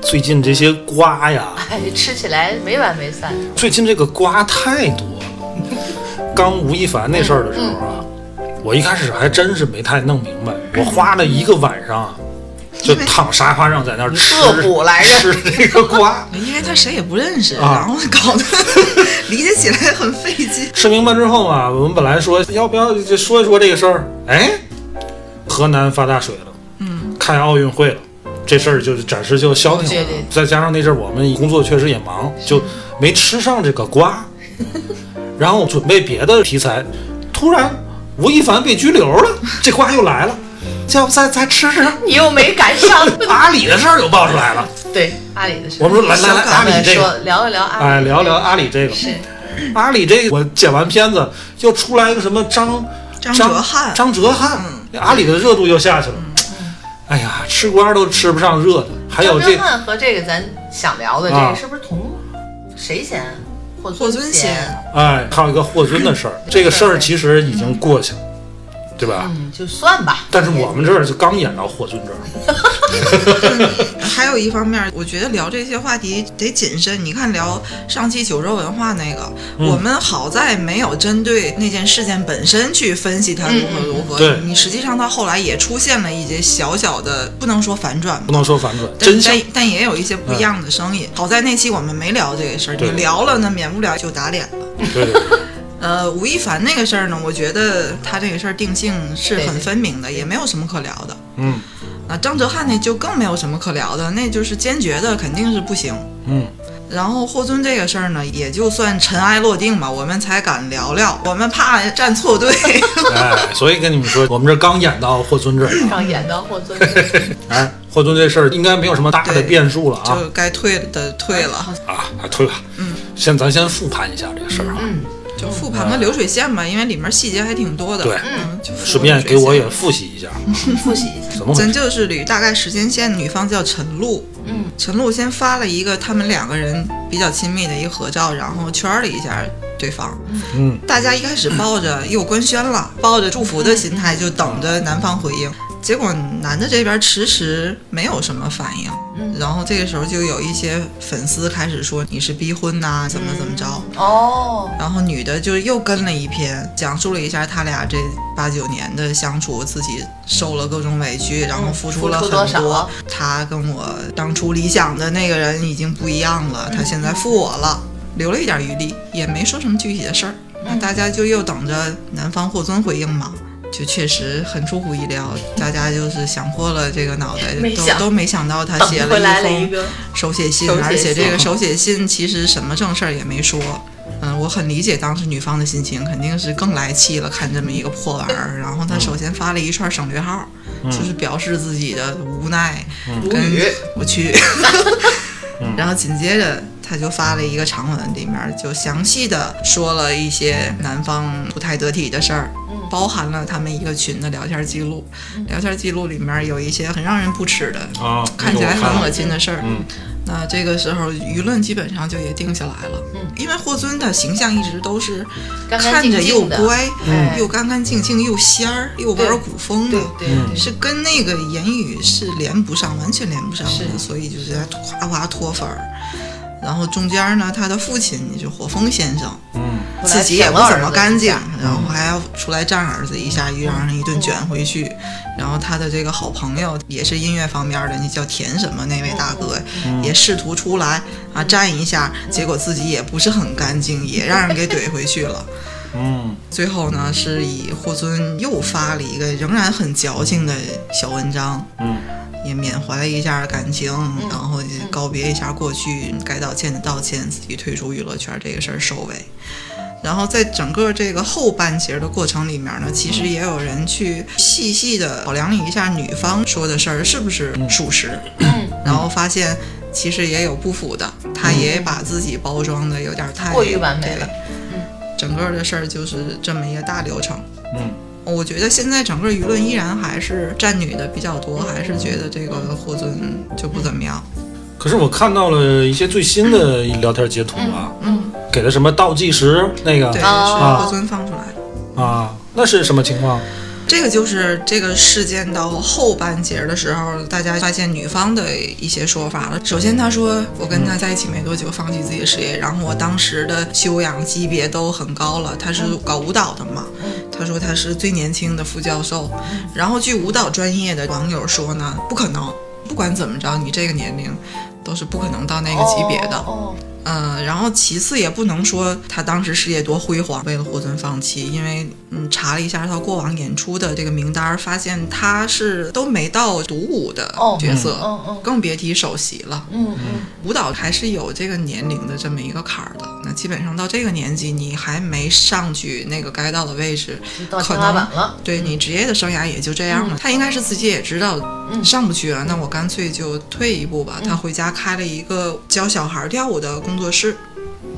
最近这些瓜呀，哎，吃起来没完没散。最近这个瓜太多了。刚吴亦凡那事儿的时候啊，嗯我一开始还真是没太弄明白，我花了一个晚上啊，就因为躺沙发上在那儿吃恶补来着吃这个瓜。哎因为他谁也不认识，啊然后搞得理解起来很费劲。事明白之后啊，我们本来说要不要就说一说这个事儿，哎，河南发大水了，嗯，开奥运会了，这事儿就暂时就消停对了对。再加上那阵儿我们工作确实也忙，就没吃上这个 瓜，然后准备别的题材，突然吴亦凡被拘留了，这瓜又来了，要不再再吃吃？你又没赶 上。阿里的事儿又爆出来了，对， 阿里的事。我们说来来来，小阿岗里这个说，聊一聊阿里。哎，聊聊阿里这个。啊是阿里这个，我剪完片子又出来一个什么张张哲瀚嗯张哲瀚，阿里的热度又下去了。哎呀，吃瓜都吃不上热的，还有张这哲瀚和这个咱想聊的这啊个是不是同谁先？霍霍尊贤。贤，哎，还有一个霍尊的事儿，这个事儿其实已经过去了，对吧？嗯，就算吧。但是我们这儿就刚演到霍尊这儿，还有一方面，我觉得聊这些话题得谨慎。你看，聊上期九州文化那个，我们好在没有针对那件事件本身去分析它如何如何。对你实际上到后来也出现了一些小小的，不能说反转吧不，能说反转，但真相嗯但但也有一些不一样的声音。好在那期我们没聊这个事儿，对你聊了呢，免不了就打脸了。对对对呃，吴亦凡那个事儿呢，我觉得他这个事儿定性是很分明的，也没有什么可聊的。嗯啊，张哲瀚那就更没有什么可聊的，那就是坚决的肯定是不行。嗯，然后霍尊这个事儿呢，也就算尘埃落定吧，我们才敢聊聊，我们怕站 错队。哎，所以跟你们说，我们这儿刚演到霍尊这儿，上演的霍尊。 哎，霍尊这事儿应该没有什么大的对变数了啊就该退的退了，啊，还退吧。嗯，先咱先复盘一下这个事儿啊，嗯，就复盘个流水线吧，因为里面细节还挺多的。对嗯，就复盘顺便流给水我线也复习一下，复习一下。怎么回咱事？就是捋大概时间线，女方叫陈露，嗯，陈露先发了一个他们两个人比较亲密的一个合照，然后圈了一下对方，嗯，大家一开始抱着又官宣了，嗯抱着祝福的心态就等着男方回应，结果男的这边迟迟没有什么反应，嗯然后这个时候就有一些粉丝开始说你是逼婚呐、怎么怎么着，哦，然后女的就又跟了一篇，讲述了一下他俩这八九年的相处，自己受了各种委屈，然后付出了很付出多少他跟我当初理想的那个人已经不一样了，他现在负我了，留了一点余地，也没说什么具体的事儿。那大家就又等着男方霍尊回应嘛。就确实很出乎意料，大家就是想破了这个脑袋，没都想都没想到他等写回了来了封嗯一个手写信手，写而且信这个手写信其实什么正事儿也没说。嗯，我很理解当时女方的心情，肯定是更来气了，看这么一个破玩意儿。然后嗯她首先发了一串省略号，就是表示自己的无奈，无跟语。我 去。嗯然后紧接着她就发了一个长文，里面就详细的说了一些男方不太得体的事儿，嗯包含了他们一个群的聊天记录。聊天记录里面有一些很让人不齿的啊，看起来那个我了很恶心的事儿。嗯那这个时候舆论基本上就也定下来了。嗯因为霍尊的形象一直都是干干看净着又净的乖，嗯又干干净净，又仙儿，又玩对古风的对。对嗯对，是跟那个言语是连不上，完全连不上的，是所以就是夸夸脱粉儿。然后中间呢，他的父亲就是火风先生，嗯，自己也不怎么干净，然后还要出来站儿子一下，又让人一顿卷回去。然后他的这个好朋友也是音乐方面的，那叫田什么那位大哥，也试图出来啊站一下，结果自己也不是很干净，也让人给怼回去了。嗯，最后呢，是以霍尊又发了一个仍然很矫情的小文章，嗯，也缅怀了一下感情，嗯然后也告别一下过去，该道歉的道歉，自己退出娱乐圈这个事儿收尾。然后在整个这个后半截的过程里面呢，其嗯实也有人去细嗯细的考量了一下女方说的事儿是不是属实，然后发现其实也有不符的，他也把自己包装的有点太过于完美对了嗯整个的事儿就是这么一个大流程。嗯，我觉得现在整个舆论依然还是站女的比较多，还是觉得这个霍尊就不怎么样。可是我看到了一些最新的聊天截图啊，嗯，给了什么倒计时那个对，是哦霍尊放出来的。啊，那是什么情况？这个就是这个事件到后半截儿的时候，大家发现女方的一些说法了。首先，她说我跟他在一起没多久，放弃自己的事业，然后我当时的修养级别都很高了。她是搞舞蹈的嘛，她说她是最年轻的副教授。然后据舞蹈专业的网友说呢，不可能，不管怎么着，你这个年龄都是不可能到那个级别的。哦，嗯，然后其次也不能说他当时事业多辉煌，为了霍尊放弃，因为嗯查了一下他过往演出的这个名单儿，发现他是都没到独舞的哦角色，嗯嗯更别提首席了。嗯嗯舞蹈还是有这个年龄的这么一个坎儿的，那基本上到这个年纪，你还没上去那个该到的位置，嗯，到天花板了，对你职业的生涯也就这样了。他应该是自己也知道嗯上不去了，啊那我干脆就退一步吧。他回家开了一个教小孩跳舞的工作室。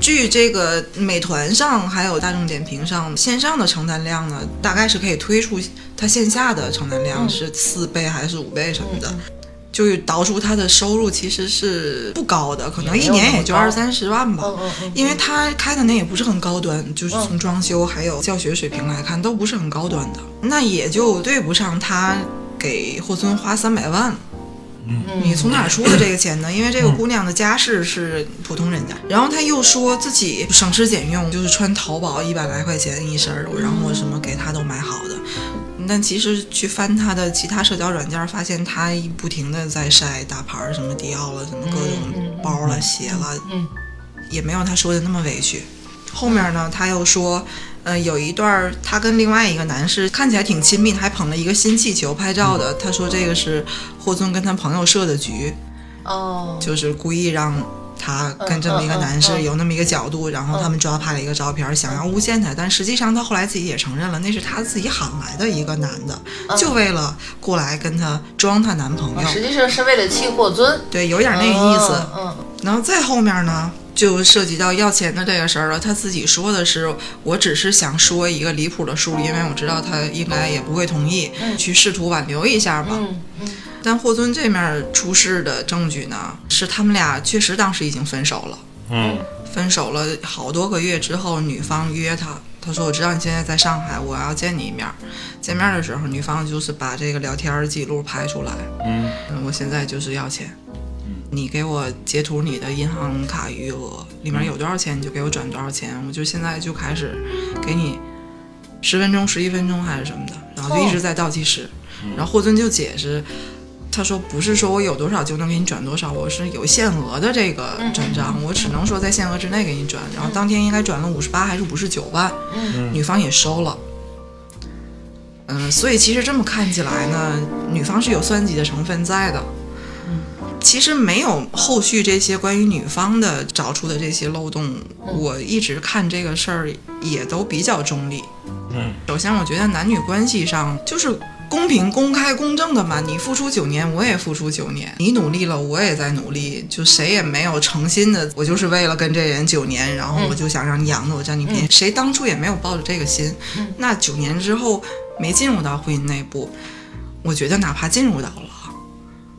据这个美团上还有大众点评上线上的承单量呢，大概是可以推出他线下的承单量嗯是四倍还是五倍什么的嗯，就导出他的收入其实是不高的，可能也一没有年那也么就高二三十万吧。嗯嗯嗯，因为他开的那也不是很高端，就是嗯从装修还有教学水平来看，都不是很高端的，那也就对不上他给霍尊花三百万。嗯你从哪儿出的这个钱呢？因为这个姑娘的家世是普通人家，然后她又说自己省吃俭用，就是穿淘宝一百来块钱一身儿，然后我什么给她都买好的。但其实去翻她的其他社交软件儿，发现她不停的在晒大牌儿，什么迪奥了，什么各嗯嗯种嗯包儿了、鞋了，嗯也没有他说的那么委屈。后面呢，他又说，呃，有一段儿他跟另外一个男士看起来挺亲密的，还捧了一个新气球拍照的。他说这个是霍尊跟他朋友设的局，哦，就是故意让他跟这么一个男嗯嗯嗯士嗯有那么一个角度，然后他们抓拍了一个照片，想要诬陷他。但实际上他后来自己也承认了，那是他自己喊来的一个男的，嗯就为了过来跟他装她男朋哦实友。际上是为了气霍尊，对，有点那个意思。嗯，然后再后面呢，就涉及到要钱的这个事儿了。他自己说的是，我只是想说一个离谱的数，因为我知道他应该也不会同意，嗯去试图挽留一下吧。嗯嗯但霍尊这面出示的证据呢，是他们俩确实当时已经分手了。嗯分手了好多个月之后，女方约他，他说：“我知道你现在在上海，我要见你一面儿。”见面的时候，女方就是把这个聊天儿记录拍出来，嗯嗯，我现在就是要钱。你给我截图你的银行卡余额，里面有多少钱你就给我转多少钱，我就现在就开始给你十分钟、十一分钟还是什么的，然后就一直在倒计时。然后霍尊就解释，他说不是说我有多少就能给你转多少，我是有限额的这个转账，我只能说在限额之内给你转。然后当天应该转了五十八还是五十九万，嗯女方也收了。嗯，所以其实这么看起来呢，女方是有算计的成分在的。其实没有后续这些关于女方的找出的这些漏洞，我一直看这个事儿也都比较中立。嗯，首先我觉得男女关系上就是公平、公开、公正的嘛，你付出九年，我也付出九年，你努力了，我也在努力，就谁也没有诚心的，我就是为了跟这人九年，然后嗯我就想让你养着我占你便宜，谁当初也没有抱着这个心，嗯那九年之后没进入到婚姻那一步，我觉得哪怕进入到了。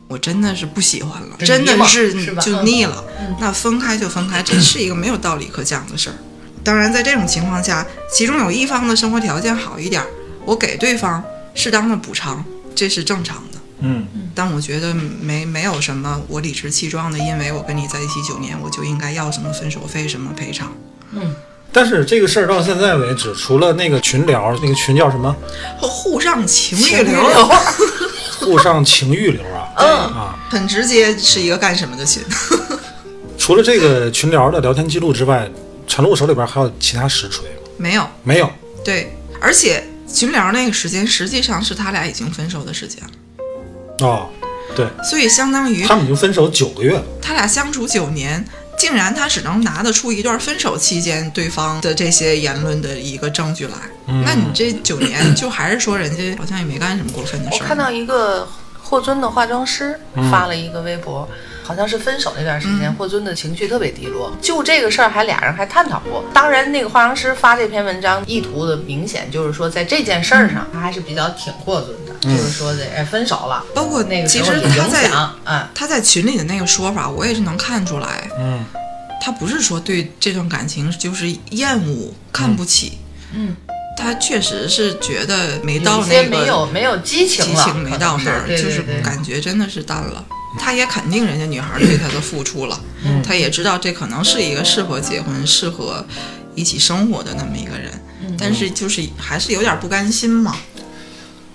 我真的是不喜欢了，就真腻的了是是吧就嗯腻了。那分开就分开，这是一个没有道理可讲的事儿。当然，在这种情况下，其中有一方的生活条件好一点儿，我给对方适当的补偿，这是正常的。嗯但我觉得没没有什么我理直气壮的，因为我跟你在一起九年，我就应该要什么分手费、什么赔偿。嗯，但是这个事儿到现在为止，除了那个群聊，那个群叫什么或沪上情情侣侣流， “沪上情欲流”啊，嗯啊，很直接，是一个干什么的群？除了这个群聊的聊天记录之外，陈露手里边还有其他实锤吗？没有，没有，对，而且群聊那个时间实际上是他俩已经分手的时间了，哦，对嗯所以相当于他们已经分手九个月了，他俩相处九年，竟然他只能拿得出一段分手期间对方的这些言论的一个证据来。那你这九年就还是说人家好像也没干什么过分的嗯我事儿。看到一个霍尊的化妆师发了一个微博，好像是分手那段时嗯间，霍尊的情绪特别低落。就这个事儿，还俩人还探讨过。当然，那个画廊师发这篇文章意图的明显就是说，在这件事儿嗯上，他还是比较挺霍尊的，就是说的哎分手了，包括那嗯个其时候实有他影在响，哎，他在群里的那个说法，我也是能看出来，嗯，他不是说对这段感情就是厌恶、看不起，嗯，他确实是觉得没有到一些那没个有没有激情激了，情没到那儿，可能是就对是对对感觉真的是淡了。他也肯定人家女孩对他的付出了，嗯他也知道这可能是一个适合结婚、适合一起生活的那么一个人，嗯但是就是还是有点不甘心嘛。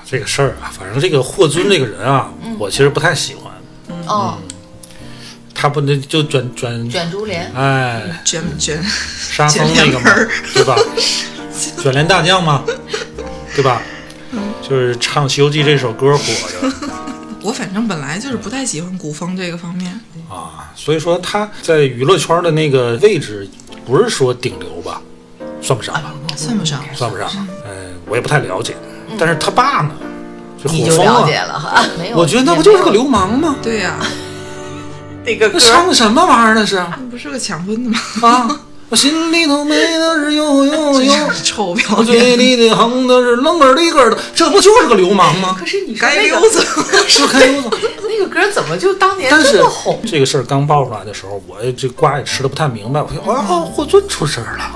这个事儿啊，反正这个霍尊这个人啊，嗯我其实不太喜欢。哦，他不能就卷卷，卷珠帘，哎，卷卷沙卷僧那帘个嘛门，儿，对 吧？卷帘大将嘛，对吧？嗯就是唱《西游记》这首歌火着。我反正本来就是不太喜欢古风这个方面，啊，所以说他在娱乐圈的那个位置，不是说顶流吧，算不上吧，哎哦算不上。算不上。嗯、我也不太了解。但是他爸呢，就嗯你火就风了解啊，了哈，没有，我觉得那不就是个流氓吗？对呀、那个那歌唱的什么玩意儿那是啊？那不是个强婚的吗？我心里头美的是呦哎呦 呦，臭我 婊嘴子，里的哼的是楞个儿里个儿的，这不就是个流氓吗？可是你说该那溜个 子。是开溜子。那个歌怎么就当年但这是么红？这个事儿刚爆出来的时候，我这瓜也吃的不太明白，我说啊，哦霍尊出事儿了，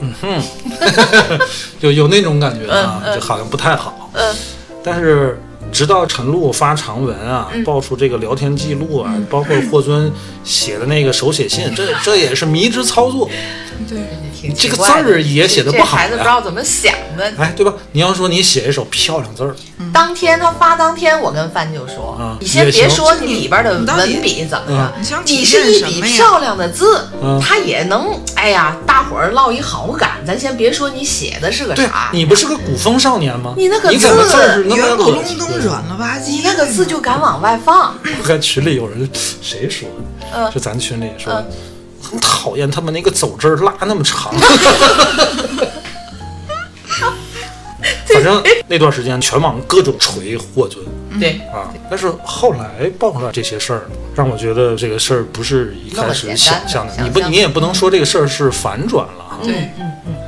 嗯哼， 有有那种感觉啊，就好像不太好。嗯但是直到陈露发长文啊，嗯爆出这个聊天记录啊，包括霍尊写的那个手写信，这这也是迷之操作，对，挺这奇个怪的字儿也写得这不好这孩子呀不知道怎么想的。哎，对吧？你要说你写一手漂亮字儿，当天他发当天，我跟帆就说：“嗯你先也别行说你里边的你到底文笔怎么着，你想你体是现一什笔么呀？漂亮的字嗯，他也能，哎呀，大伙儿落一好感。咱先别说你写的是个对啥，你不是个古风少年吗？你那个怎么字字儿是那么圆咕恶隆心咚、软了吧唧你，那个字就敢往外放，我看群里有人谁说的，嗯就咱群里说，嗯很讨厌他们那个走之儿拉那么 长。反正那段时间，全网各种锤霍尊嗯对，啊，但是后来爆出来这些事儿，让我觉得这个事儿不是一开那始么简单想象的。想你不，象你也不能说这个事儿是反转了啊哈。对，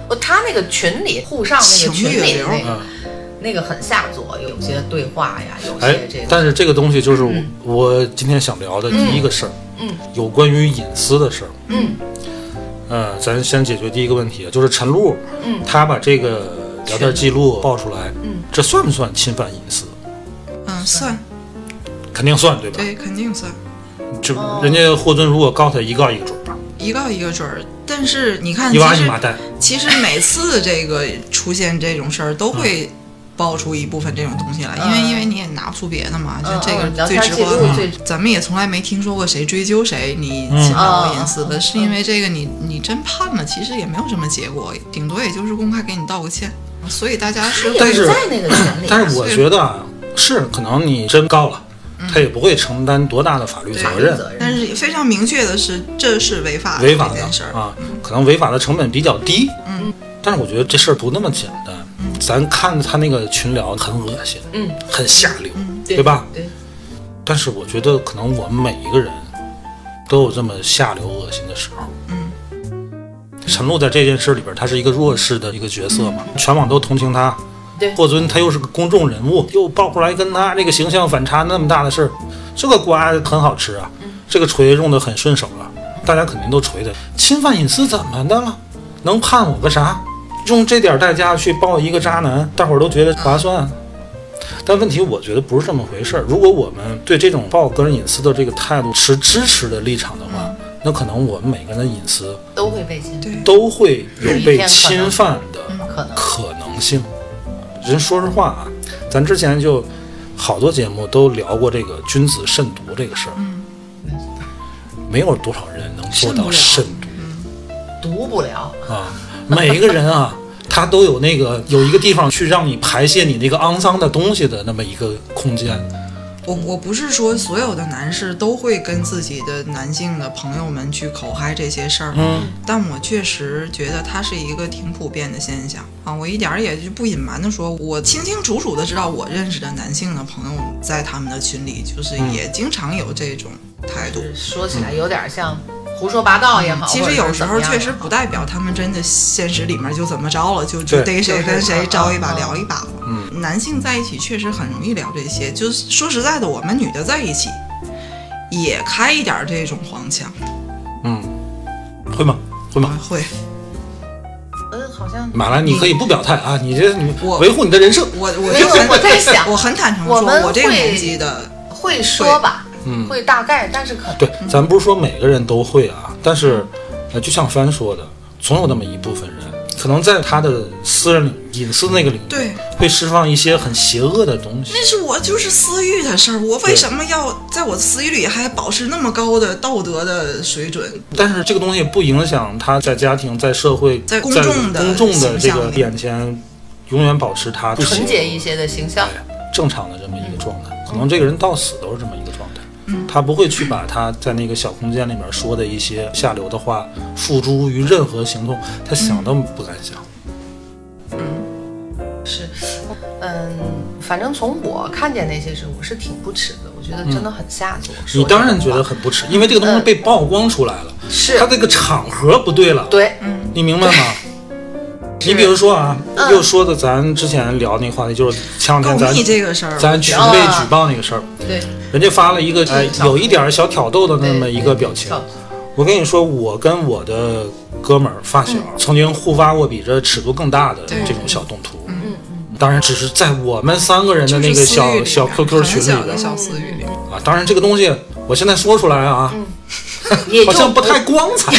哦他那个群里沪上那个情群欲里流那个嗯那个很下作，有些对话呀，有哎些这，个但是这个东西就是我我今天想聊的第一个事儿，嗯嗯，有关于隐私的事儿。嗯嗯，咱先解决第一个问题，就是陈露，嗯他把这个聊天记录爆出来，嗯，这算不算侵犯隐私？嗯，算，肯定算，对吧？对，肯定算，就哦人家霍尊如果告他一告一个准儿吧，一告一个准儿。但是你看，嗯一其挖一实麻袋，其实每次这个出现这种事儿，都会爆出一部分这种东西来，因嗯为因为你也拿不出别的嘛，嗯像这嗯聊个最天直记观录嘛。最咱们也从来没听说过谁追究谁，你嗯侵犯我隐私嗯的，是因为这个你你真判了，其实也没有什么结果，顶多也就是公开给你道个歉。所以大家是也但不是在那个群里，但是我觉得啊，是可能你真告了，嗯他也不会承担多大的法律对责法律任，责任，但是非常明确的是，这是违法的违法一件事的嗯儿。啊，可能违法的成本比较低，嗯，但是我觉得这事儿不那么简单。咱看他那个群聊很恶心，嗯，很下流，对嗯对吧？对，但是我觉得可能我们每一个人都有这么下流恶心的时候。嗯，陈露在这件事里边，他是一个弱势的一个角色嘛，全网都同情他。对霍尊他又是个公众人物，又爆出来跟他这个形象反差那么大的事儿，这个瓜很好吃啊，这个锤用的很顺手啊，大家肯定都锤他。侵犯隐私怎么的了？能判我个啥？用这点代价去抱一个渣男，大伙儿都觉得划算。但问题我觉得不是这么回事儿。如果我们对这种报个人隐私的这个态度持支持的立场的话，那可能我们每个人的隐私都会被侵犯，对，都会有被侵犯的可能可能性。人说实话啊，咱之前就好多节目都聊过这个君子慎独这个事儿， 没有多少人能做到慎慎独读不了。啊。每个人啊，他都有那个有一个地方去让你排泄你那个肮脏的东西的那么一个空间。我我不是说所有的男士都会跟自己的男性的朋友们去口嗨这些事儿，嗯但我确实觉得它是一个挺普遍的现象啊。我一点儿也就不隐瞒的说，我清清楚楚的知道，我认识的男性的朋友在他们的群里，就是也经常有这种态度。说起来有点像胡说八道也好，嗯其嗯或实者是有时候怎么样确实也好不代表他们真的现实里面就怎么着了，就就对逮谁跟谁招一把嗯聊一把了。嗯，男性在一起确实很容易聊这些，就是说实在的，我们女的在一起也开一点这种黄腔，嗯，会吗？会吗？会。嗯，好像马兰，你可以不表态啊，你这你我维护你的人设。我我没就有很我在想我很坦诚说，我们我这个会年纪的会说吧，嗯，会大概，但是可能对，咱不是说每个人都会啊，但是，呃，就像帆说的，总有那么一部分人，可能在他的私人领隐私那个领域，对，会释放一些很邪恶的东西。那是我就是私欲的事儿，我为什么要在我私欲里还保持那么高的道德的水准？但是这个东西不影响他在家庭、在社会、在公在众的公众的形这象个里眼前，永远保持他不邪纯恶洁一些的形象。正常的这么一个状态，可能这个人到死都是这么一个状态。他不会去把他在那个小空间里面说的一些下流的话付诸于任何行动，他想都不敢想。是，嗯，反正从我看见那些事，我是挺不耻的，我觉得真的很下作。说嗯你当然这觉种得话很不耻，因为这个东西被曝光出来了，嗯是它这个场合不对了，对，你明白吗？是你比如说啊，嗯又说的咱之前聊那话题，就是前两告天咱密这个事儿，咱群被举报那个事儿，对，人家发了一个哎有一点儿小挑逗的那么对一个表情跳，我跟你说，我跟我的哥们儿发小、曾经互发过比这尺度更大的对这种小动图，嗯当然只是在我们三个人的就是那个私欲里小面小 QQ 群很小里边的小私欲里面，啊。当然这个东西，我现在说出来啊，嗯，也好就像不太光彩。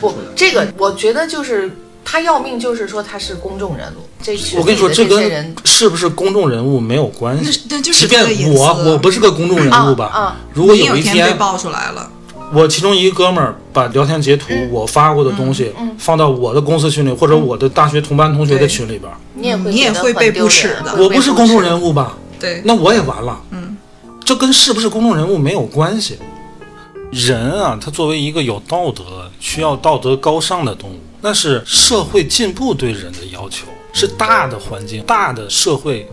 不，这个我觉得就是他要命，就是说他是公众人物。这我跟你说，这这些人跟是不是公众人物没有关那系。那就是即便他的隐私我啊我不是个公众人物吧，嗯嗯如果你有一天被爆出来了，我其中一个哥们儿把聊天截图我发过的东西放到我的公司群里或者我的大学同班同学的对群里边儿，你也会嗯你也觉得会很被丢不耻脸的会啊我被不是公众耻人物吧？对，那我也完了。嗯，这跟是不是公众人物没有关系。人啊，他作为一个有道德、需要道德高尚的动物，那是社会进步对人的要求，是大的环境、大的社会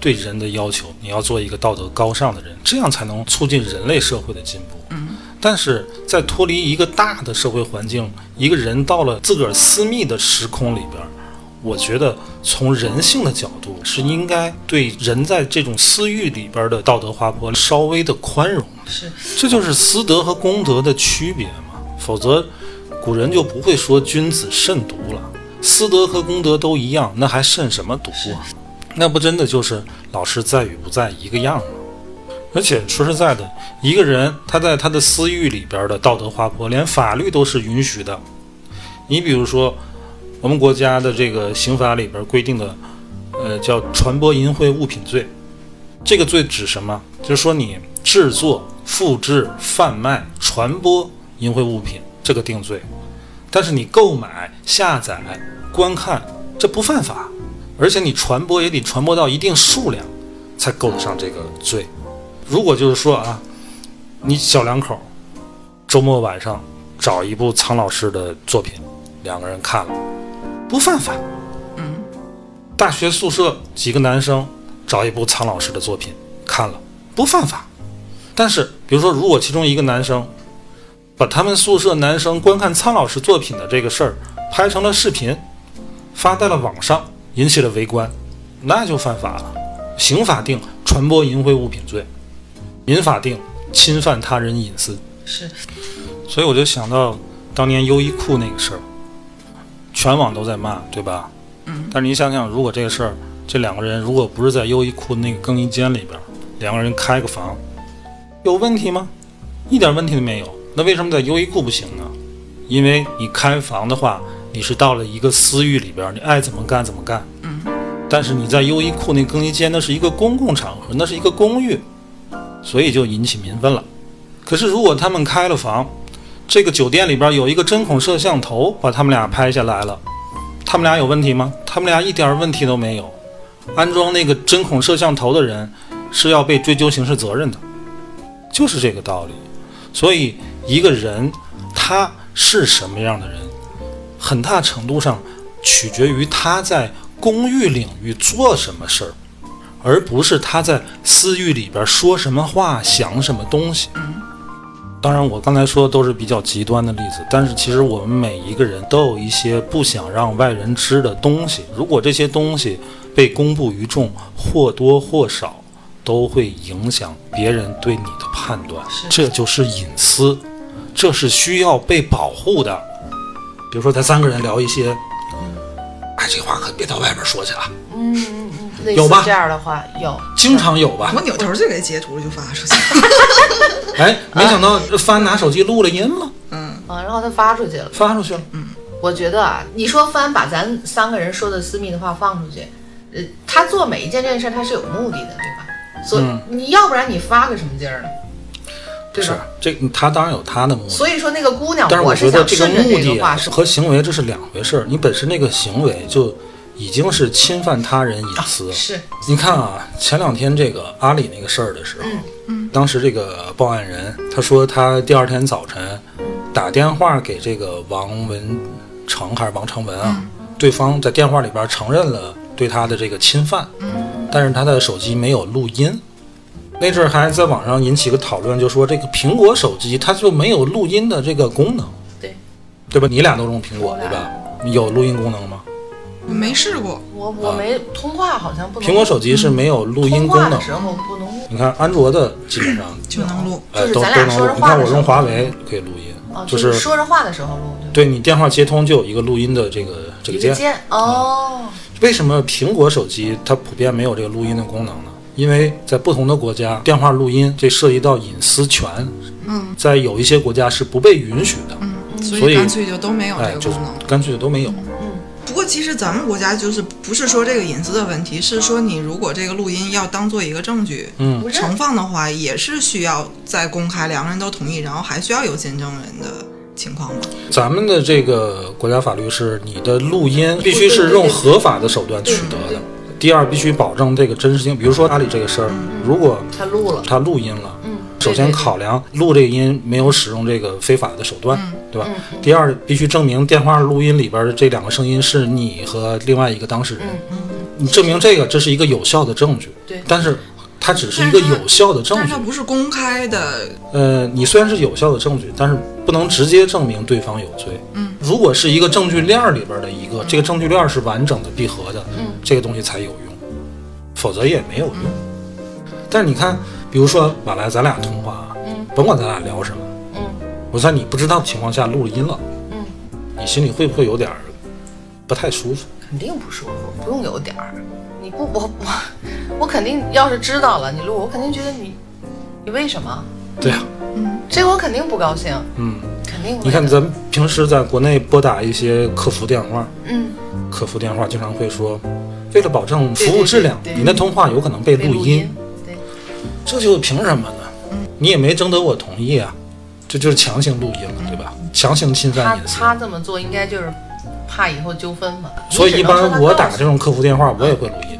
对人的要求。你要做一个道德高尚的人，这样才能促进人类社会的进步。嗯，但是在脱离一个大的社会环境，一个人到了自个儿私密的时空里边儿，我觉得从人性的角度是应该对人在这种私欲里边的道德滑坡稍微的宽容，是这就是私德和公德的区别嘛。否则，古人就不会说君子慎独了。私德和公德都一样，那还慎什么独啊？那不真的就是老师在与不在一个样吗？而且说实在的，一个人他在他的私欲里边的道德滑坡，连法律都是允许的。你比如说，我们国家的这个刑法里边规定的，呃，叫传播淫秽物品罪。这个罪指什么？就是说你制作、复制、贩卖、传播淫秽物品，这个定罪。但是你购买、下载、观看，这不犯法，而且你传播也得传播到一定数量，才够得上这个罪。如果就是说啊，你小两口周末晚上找一部苍老师的作品，两个人看了，不犯法。嗯，大学宿舍几个男生找一部苍老师的作品看了，不犯法。但是，比如说，如果其中一个男生把他们宿舍男生观看苍老师作品的这个事儿拍成了视频，发在了网上，引起了围观，那就犯法了。刑法定传播淫秽物品罪，民法定侵犯他人隐私是所以我就想到当年优衣库那个事儿，全网都在骂，对吧？嗯。但是你想想，如果这个事儿，这两个人如果不是在优衣库那个更衣间里边儿，两个人开个房，有问题吗？一点问题都没有。那为什么在优衣库不行呢？因为你开房的话，你是到了一个私域里边儿，你爱怎么干怎么干。嗯。但是你在优衣库那更衣间，那是一个公共场合，那是一个公寓，所以就引起民愤了。可是如果他们开了房，这个酒店里边有一个针孔摄像头把他们俩拍下来了，他们俩有问题吗？他们俩一点问题都没有。安装那个针孔摄像头的人是要被追究刑事责任的，就是这个道理。所以，一个人他是什么样的人，很大程度上取决于他在公域领域做什么事儿，而不是他在私域里边说什么话、想什么东西。当然，我刚才说的都是比较极端的例子，但是其实我们每一个人都有一些不想让外人知的东西。如果这些东西被公布于众，或多或少都会影响别人对你的判断，这就是隐私，这是需要被保护的。比如说，咱三个人聊一些，哎，这话可别到外边说去啊，嗯嗯嗯，类有似吧这样的话有，经常有吧我？扭头就给截图就发出去。 哎，没想到翻拿手机录了音了，嗯，嗯，然后他发出去了。发出去了。我觉得啊，你说翻把咱三个人说的私密的话放出去，呃，他做每一件这件事儿他是有目的的，对吧？所以、嗯你要不然你发个什么劲儿呢？对是吧？这他当然有他的目的。所以说那个姑娘，但是我觉是得想这个顺着目这的啊个话说，和行为这是两回事儿。你本身那个行为就已经是侵犯他人隐私。是你看啊，前两天这个阿里那个事儿的时候，嗯当时这个报案人他说他第二天早晨打电话给这个王文成还是王成文啊，嗯对方在电话里边承认了对他的这个侵犯，嗯但是他的手机没有录音。那阵儿还在网上引起个讨论，就说这个苹果手机它就没有录音的这个功能。对，对吧？你俩都用苹果我对俩吧？有录音功能吗？没试过，我我没、通话好像不能啊苹果手机是没有录音通功话能的。时候不能你看安卓的基本上，就能录。呃，就是都都咱俩能说录着。你话看的我时用候华为可以录音，哦，就是说着话的时候录，对吧对你电话接通就有一个录音的这个这个一个键。键哦，为什么苹果手机它普遍没有这个录音的功能呢？因为在不同的国家，电话录音这涉及到隐私权，嗯在有一些国家是不被允许的，嗯，所所以以干脆就都没有哎，这个就功是能。干脆就都没有。不过其实咱们国家就是不是说这个隐私的问题，是说你如果这个录音要当做一个证据。嗯不认盛放的话，也是需要在公开两个人都同意，然后还需要有见证人的情况吧？咱们的这个国家法律是，你的录音必须是用合法的手段取得哦对对的。第二，必须保证这个真实性。比如说阿里这个事儿，如果他录了，他录音了，嗯，首对先对对考量录这个音没有使用这个非法的手段，对吧嗯？第二，必须证明电话录音里边的这两个声音是你和另外一个当事人嗯，你证明这个，这是一个有效的证据。对但是它只是一个有效的证但是据它。不是公开的，呃，你虽然是有效的证据，但是不能直接证明对方有罪。嗯，如果是一个证据链儿里边的一个，这个证据链儿是完整的、闭合的，嗯，这个东西才有用，否则也没有用。嗯但是你看，比如说马来，咱俩通话，啊嗯，甭管咱俩聊什么，嗯我在你不知道的情况下录了音了，嗯，你心里会不会有点儿不太舒服？肯定不舒服，不用有点儿，你不我我我肯定要是知道了你录，我肯定觉得你你为什么？对啊，这我肯定不高兴，嗯，肯定会的你看咱们平时在国内拨打一些客服电话，嗯客服电话经常会说，为了保证服务质量，对对对对您的通话有可能被被录录音，嗯对，这就凭什么呢？你也没征得我同意啊，这就是强行录音了，对吧？强行侵他犯隐私。他这么做应该就是怕以后纠纷嘛，所以你一只能说般他我告打诉这种客服电话，我也会录音，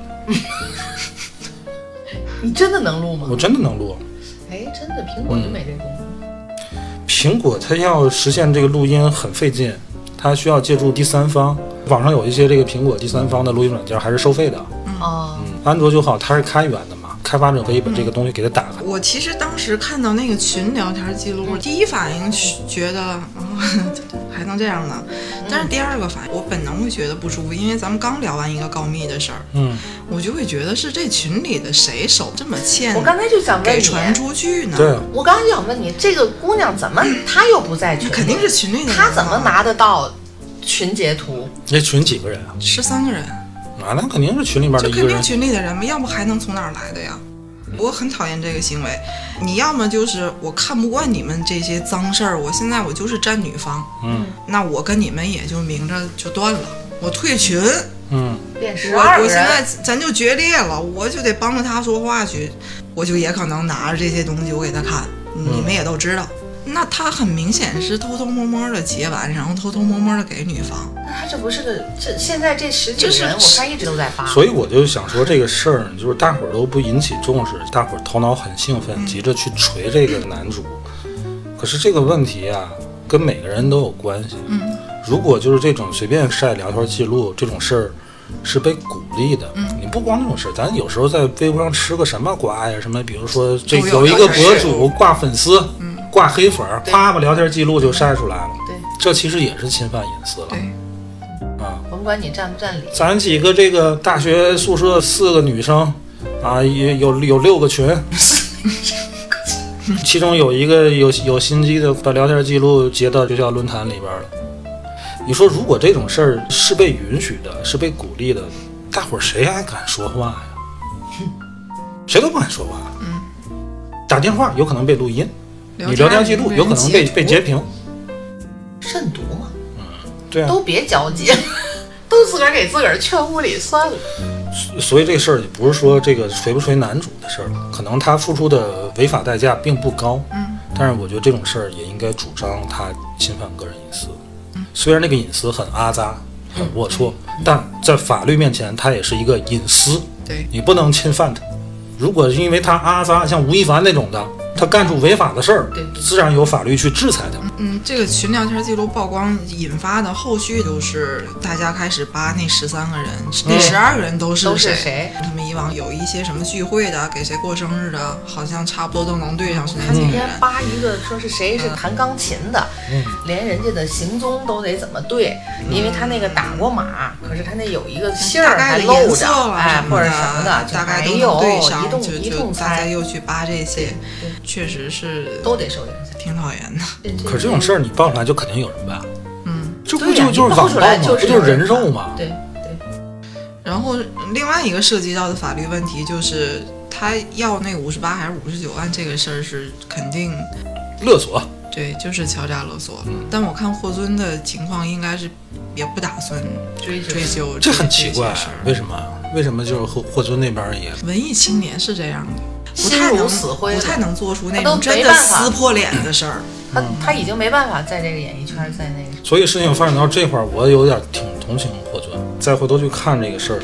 你真的能录吗我？真嗯的能录。哎，真的苹果就没这功能。苹果它要实现这个录音很费劲，它需要借助第三方。网上有一些这个苹果第三方的录音软件还是收费的，嗯哦，安卓就好，它是开源的嘛，开发者可以把这个东西给它打开。我其实当时看到那个群聊天记嗯录，第一反应是觉得啊、 还能这样呢，嗯但是第二个反应，我本能会觉得不舒服，因为咱们刚聊完一个告密的事儿，嗯，我就会觉得是这群里的谁手这么欠我，刚才就想问给你，传出去呢？对啊，我刚才就想问你，这个姑娘怎么她又不在群里？肯定是群里的人啊她怎么拿得到群截图？那群几个人啊？十三个人，啊，那肯定是群里边的就一个肯定人。群里的人嘛，要不还能从哪儿来的呀？我很讨厌这个行为，你要么就是我看不惯你们这些脏事儿，我现在我就是站女方，嗯那我跟你们也就明着就断了，我退群，嗯，变十我二我个现在人，咱就决裂了，我就得帮着他说话去，我就也可能拿着这些东西我给他看，你嗯们也都知道，那他很明显是偷偷摸摸的截完，然后偷偷摸摸的给女方，那她啊这不是个这现在这十几个人，这我是看一直都在发。所以我就想说这个事儿，就是大伙儿都不引起重视，大伙儿头脑很兴奋，急着去锤这个男主。可是这个问题啊，跟每个人都有关系。嗯，如果就是这种随便晒聊天记录这种事儿，是被鼓励的。嗯，你不光这种事儿，咱有时候在微博上吃个什么瓜呀，什么比如说这都有一个这种博事主挂粉丝，嗯，挂黑粉儿，对啪把聊天记录就晒出来了，对这其实也是侵犯隐私了对，啊。甭管你占不占理，咱几个这个大学宿舍四个女生啊，也有有六个 群，其中有一个有有心机的把聊天记录截到学校论坛里边了。你说如果这种事儿是被允许的，是被鼓励的，大伙儿谁还敢说话呀？谁都不敢说话。嗯，打电话有可能被录音，你聊天记录有可能被被截屏。慎独嘛，对啊，都别交接， 都自个儿给自个儿圈屋里算了。所以这事儿也不是说这个锤不锤男主的事儿了，可能他付出的违法代价并不高。嗯，但是我觉得这种事儿也应该主张他侵犯个人隐私。嗯虽然那个隐私很阿扎、很龌龊，但在法律面前，它也是一个隐私，对你不能侵犯它。如果是因为他阿扎，像吴亦凡那种的，他干出违法的事儿对，自然有法律去制裁他。嗯，这个群聊天记录曝光引发的后续就是大家开始扒那十三个人，那十二个人都是嗯都是谁谁？他们以往有一些什么聚会的，给谁过生日的，好像差不多都能对上是哪他几今个人天。发一个说是谁是弹钢琴的，连人家的行踪都得怎么对，因为他那个打过码，可是他那有一个信大儿概还的露颜色着，了哎，什或么者什么的，就大概哎都能呦对一上，动就一就动大家猜，又去扒这些，确实是都得受影响。挺讨厌的。可是这种事儿你爆出来，就肯定有人办。嗯，这不对呀就就是你网爆暴出来吗？就不是就是有人人肉办吗？对对，然后另外一个涉及到的法律问题就是，他要那五十八还是五十九万这个事儿是肯定勒索。对，就是敲诈勒索。但我看霍尊的情况应该是也不打算追究追究这很奇怪这些事，儿为什么啊？为什么就是霍霍尊那边也文艺青年是这样的，不心太如能死灰不太了能做出那他都种真没的办法撕破脸的事儿。他他已经没办法在这个演艺圈，在那个所以事情发展到这块儿，我有点挺同情霍尊。再回头去看这个事儿，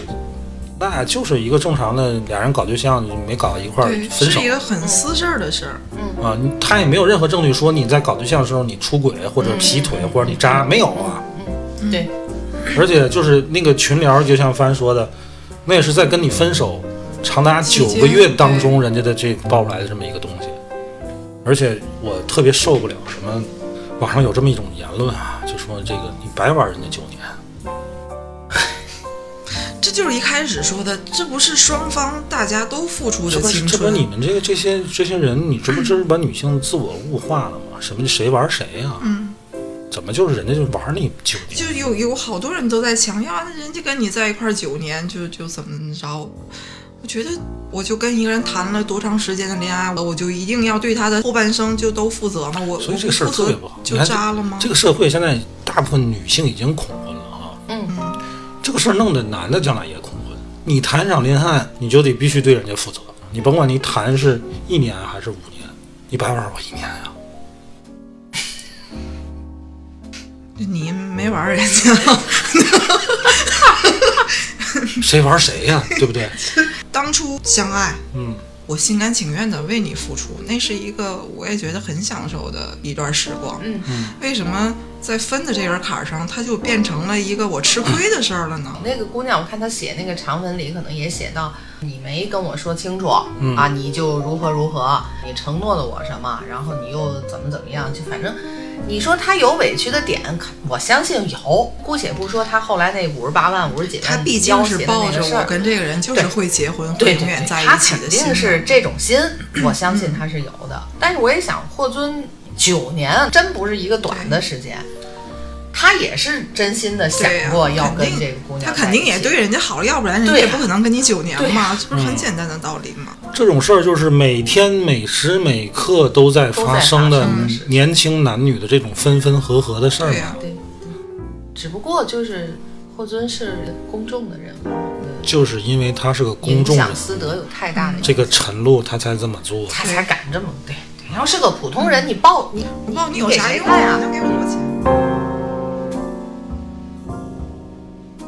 那就是一个正常的俩人搞对象没搞一块儿对，嗯分手是一个很私事儿的事儿。啊，你他也没有任何证据说你在搞对象的时候你出轨或者劈腿嗯或者你渣，没有啊。对而且就是那个群聊，就像帆说的，那也是在跟你分手长达九个月当中，人家的这爆出来的这么一个东西。而且我特别受不了什么，网上有这么一种言论啊，就说这个你白玩人家九年，这就是一开始说的，这不是双方大家都付出这的不青是这不是春。你们这个这些这些人，你这不这是把女性自我物化了吗？什么谁玩谁呀、嗯，怎么就是人家就玩你九年？就有有好多人都在强调，那人家跟你在一块儿九年，就就怎么着？我觉得我就跟一个人谈了多长时间的恋爱，我我就一定要对他的后半生就都负责吗？我所以这个事儿我负责特别不好就你看这渣了吗？这个社会现在大部分女性已经恐婚了啊，嗯，这个事儿弄得男的将来也恐婚。你谈一场恋爱，你就得必须对人家负责，你甭管你谈是一年还是五年，你白玩我一年呀、你没玩儿人家。谁玩谁呀、对不对？ 当初相爱，嗯，我心甘情愿的为你付出，那是一个我也觉得很享受的一段时光。嗯为什么在分的这根坎儿上，它就变成了一个我吃亏的事儿了呢？那个姑娘，我看她写那个长文里，可能也写到，你没跟我说清楚、嗯啊，你就如何如何，你承诺了我什么，然后你又怎么怎么样，就反正，你说她有委屈的点，可我相信有。姑且不说她后来那五十八万、五十几万，他毕竟是抱着我跟这个人就是对会结婚、会对永对远对，在他一起肯的心定态。是这种心， 我相信他是有的。但是我也想，霍尊九年啊真不是一个短的时间，他也是真心的想对呀、啊过要跟肯定这个姑娘在一起，他肯定也对人家好，要不然人家对也呀不可能跟你九年对嘛，这不是很简单的道理吗？这种事儿就是每天每时每刻都在发生都在的发生的事年轻男女的这种分分合合的事儿对嘛。啊呀、对，对只不过就是霍尊是公众的人物，呃就是因为他是个公影众人响，私德有太大的嗯影响，这个陈露他才这么做。他才敢这么对。对你要是个普通嗯人，你报你我报你有给啥谁用看呀你就给我钱。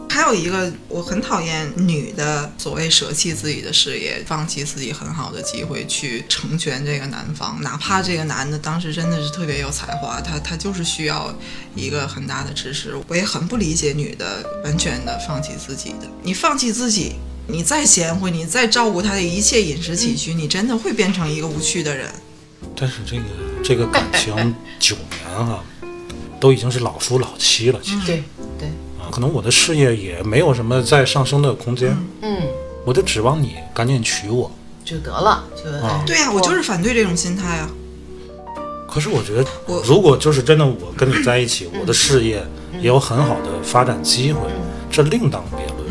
还有一个，我很讨厌女的所谓舍弃自己的事业，放弃自己很好的机会去成全这个男方，哪怕这个男的当时真的是特别有才华，他他就是需要一个很大的支持。我也很不理解女的完全的放弃自己的，你放弃自己，你再贤惠，嗯你再照顾他的一切饮食起居，你真的会变成一个无趣的人。但是这个这个感情九年哈、 都已经是老夫老妻了，其实、对对，啊，可能我的事业也没有什么再上升的空间，嗯，我就指望你赶紧娶我。就得了，就嗯啊对呀、我就是反对这种心态啊。可是我觉得我，如果就是真的我跟你在一起，嗯我的事业也有很好的发展机会，这另当别论。嗯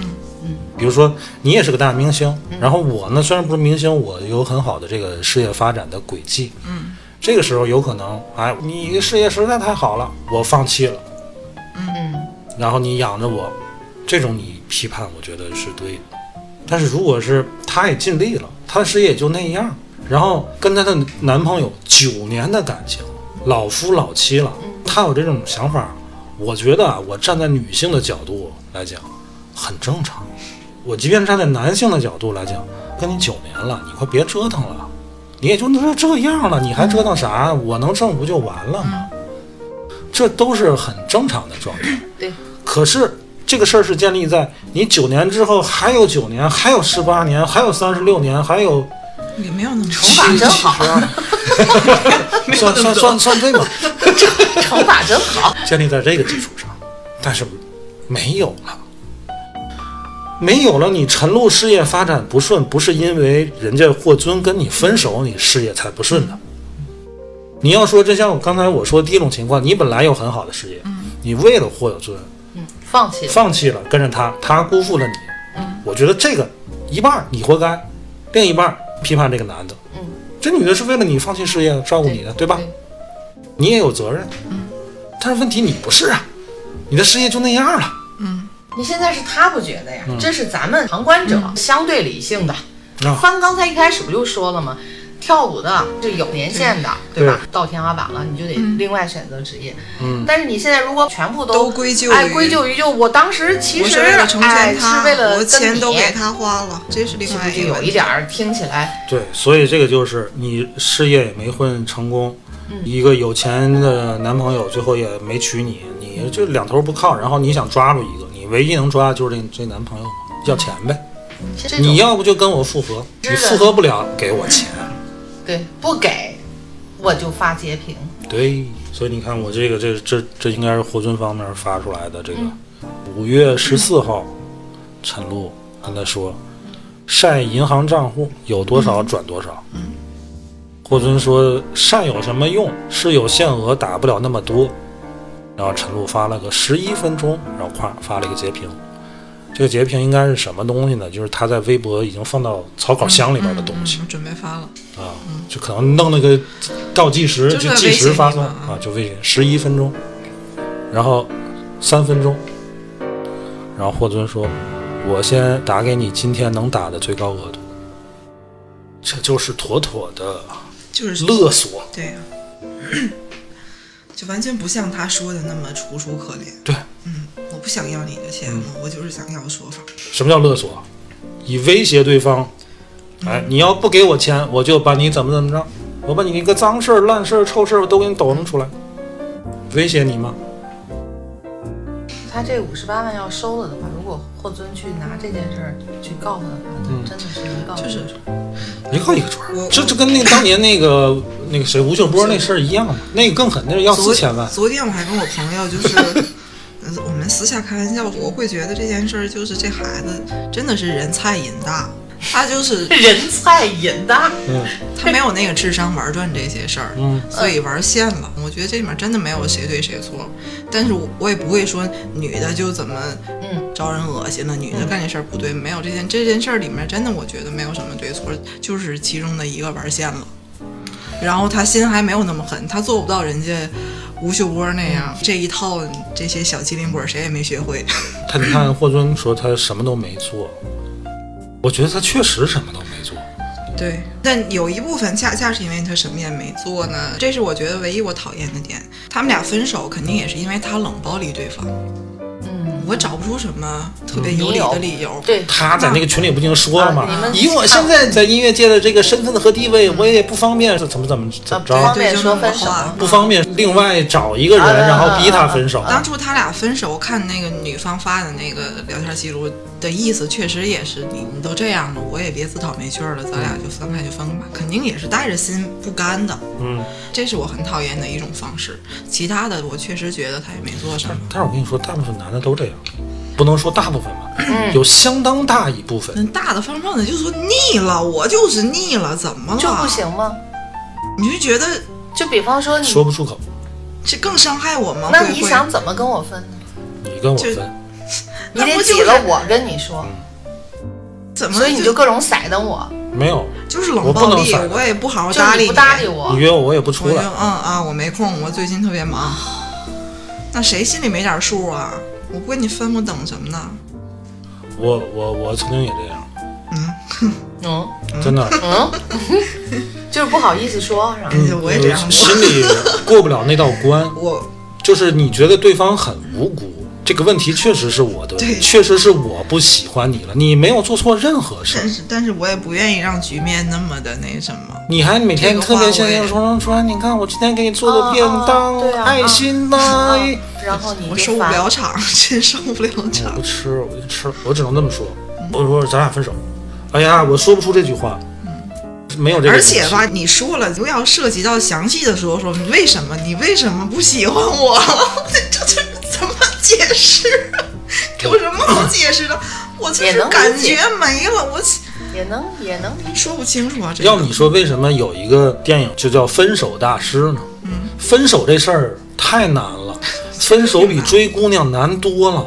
比如说你也是个大明星，然后我呢虽然不是明星，我有很好的这个事业发展的轨迹。嗯，这个时候有可能，哎，你事业实在太好了，我放弃了，嗯，然后你养着我，这种你批判，我觉得是对的。但是如果是她也尽力了，她的事业也就那样，然后跟她的男朋友九年的感情，老夫老妻了，她有这种想法，我觉得啊，我站在女性的角度来讲，很正常。我即便站在男性的角度来讲，跟你九年了，你快别折腾了，你也就这这样了，你还折腾啥？我能挣不就完了吗？这都是很正常的状态。对，可是这个事儿是建立在你九年之后还有九年，还有十八年，还有三十六年，还有也没有那么七重法真好七十二 算算算算对吧？惩罚真好，建立在这个基础上，但是没有了，没有了。你陈露事业发展不顺，不是因为人家霍尊跟你分手，你事业才不顺的。嗯你要说，真像我刚才我说第一种情况，你本来有很好的事业，你为了霍尊，嗯，放弃了，放弃了跟着他，他辜负了你。我觉得这个一半儿你活该，另一半儿批判这个男的。嗯，这女的是为了你放弃事业照顾你的，对吧？你也有责任。嗯，但是问题你不是啊，你的事业就那样了。你现在是他不觉得呀，嗯这是咱们旁观者、相对理性的。啊翻刚才一开始不就说了吗？跳舞的是有年限的，嗯对吧？到天花板了，你就得另外选择职业。嗯，但是你现在如果全部都归咎于哎，归咎于就我当时其我实是为了成哎全是他，为了我跟钱你都给他花了，这是另是不外是一个就有问一题点儿听起来对，所以这个就是你事业也没混成功，一个有钱的男朋友最后也没娶你，你就两头不靠，然后你想抓住一个，你唯一能抓就是这这男朋友要钱呗。这种你要不就跟我复合，是你的复合不了给我钱。对不给，我就发截屏。对，所以你看我这个这这这应该是霍尊方面发出来的这个，五、月十四号，陈露跟他说，晒银行账户有多少转多少。霍尊说晒有什么用？是有限额打不了那么多。然后陈露发了个十一分钟，然后夸发了一个截屏。这个截屏应该是什么东西呢？就是他在微博已经放到草稿箱里边的东西。嗯准备发了，啊，就可能弄了个倒计时，就是就计微信时发里送嘛嗯啊，就微信十一分钟，然后三分钟，然后霍尊说：“我先打给你今天能打的最高额度。”这就是妥妥的就是勒索，对呀、就完全不像他说的那么楚楚可怜。对。嗯，我不想要你的钱嗯了，我就是想要说法。什么叫勒索？以威胁对方，哎，你要不给我钱，我就把你怎么怎么着，我把你那个脏事儿、烂事儿、臭事儿我都给你抖弄出来，威胁你吗？他这五十八万要收了的话，如果霍尊去拿这件事儿去告他的话，他真的是一告嗯就是一个一个抓我，这这跟那当年那个那个谁吴秀波那事儿一样嘛，那个更狠，那是要四千万。昨天我还跟我朋友就是。呃我们私下开玩笑，我会觉得这件事儿就是这孩子真的是人菜瘾大，他就是人菜瘾大，嗯他没有那个智商玩转这些事儿，嗯，所以玩线了。我觉得这里面真的没有谁对谁错，但是我我也不会说女的就怎么嗯招人恶心了，女的干这事儿不对，没有这件这件事儿里面真的我觉得没有什么对错，就是其中的一个玩线了。然后他心还没有那么狠，他做不到人家吴秀波那样、这一套，这些小机灵鬼儿谁也没学会。他你看霍尊说他什么都没做，我觉得他确实什么都没做。对，但有一部分恰恰是因为他什么也没做呢，这是我觉得唯一我讨厌的点。他们俩分手肯定也是因为他冷暴力对方，嗯，我找不出什么特别有理的理由。对，呃他在那个群里不已经说了吗啊你？们以我现在在音乐界的这个身份和地位，我也不方便怎么怎么怎么啊不对方着，便就那说么分手话不方便另外找一个人，啊然后逼他分手。当初他俩分手，看那个女方发的那个聊天记录的意思，确实也是你你都这样了，我也别自讨没趣儿了，咱俩就分开就分吧，肯定也是带着心不甘的，嗯，这是我很讨厌的一种方式。其他的我确实觉得他也没做什么。但是我跟你说，大部分男的都这样，不能说大部分吧，有相当大一部分。那嗯大的方胖的就说腻了，我就是腻了，怎么了？就不，行吗？你就觉得就比方说你，说不出口，这更伤害我吗？那会你会想怎么跟我分呢？你跟我就分，你那得不就挤了是嗯我跟你说，怎么？所以你就各种甩的我，没有，就是我冷不暴能力甩，我也不好好就搭是理你不搭理我你，约我我也不我出就来嗯。啊，我没空，我最近特别忙。那谁心里没点数啊？我不跟你分，我等什么呢？我我我曾经也这样，嗯真的，嗯， 就是不好意思说，是吧？嗯 我也这样呃过心里过不了那道关。我就是你觉得对方很无辜，这个问题确实是我的问题，对确实是我不喜欢你了，你没有做错任何事但儿，是但是我也不愿意让局面那么的那什么。你还每天这个特话别像我也样说说，你看我今天给你做啊的便当，啊对嗯啊爱心呐、哎然后你我就受不烦了场， 真受不了我场不。吃，我就吃，我只能这么说，我说咱俩分手，哎呀，我说不出这句话，嗯没有这个，而且吧，，你说了不要涉及到详细的说说你为什么你为什么不喜欢我， 这这这怎么解释？有什么好解释的？我就也是能理感解觉没了，我也能也能说不清楚啊。这个要你说为什么有一个电影就叫《分手大师》呢？嗯分手这事儿太难了，分手比追姑娘难多了。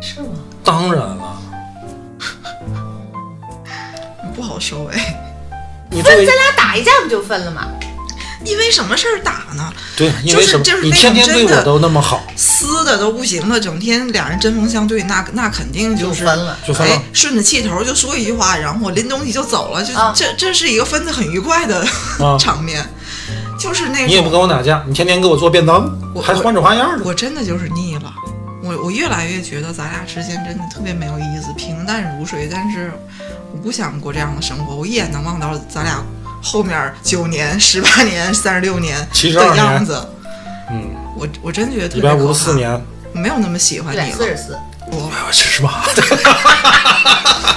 是吗？当然了，不好哎收尾。你作为咱俩打一架不就分了吗？因为什么事儿打呢？对，因为什么就是就是你那天种天对我真的都那么好，撕的都不行了，整天俩人针锋相对，那那肯定就是分了就分了哎，顺着气头就说一句话，然后拎东西就走了，就、啊这这是一个分的很愉快的、啊场面，就是那种你也不跟我打架，你天天给我做便当，我还换着花样的。我真的就是腻了。我我越来越觉得咱俩之间真的特别没有意思，平淡如水。但是我不想过这样的生活，我一眼能望到咱俩后面九年、十八年、 三十六年72的年样子。嗯，我我真觉得特一别百五可十四怕，年，我没有那么喜欢对，你四了。十四，我哎我去是吧？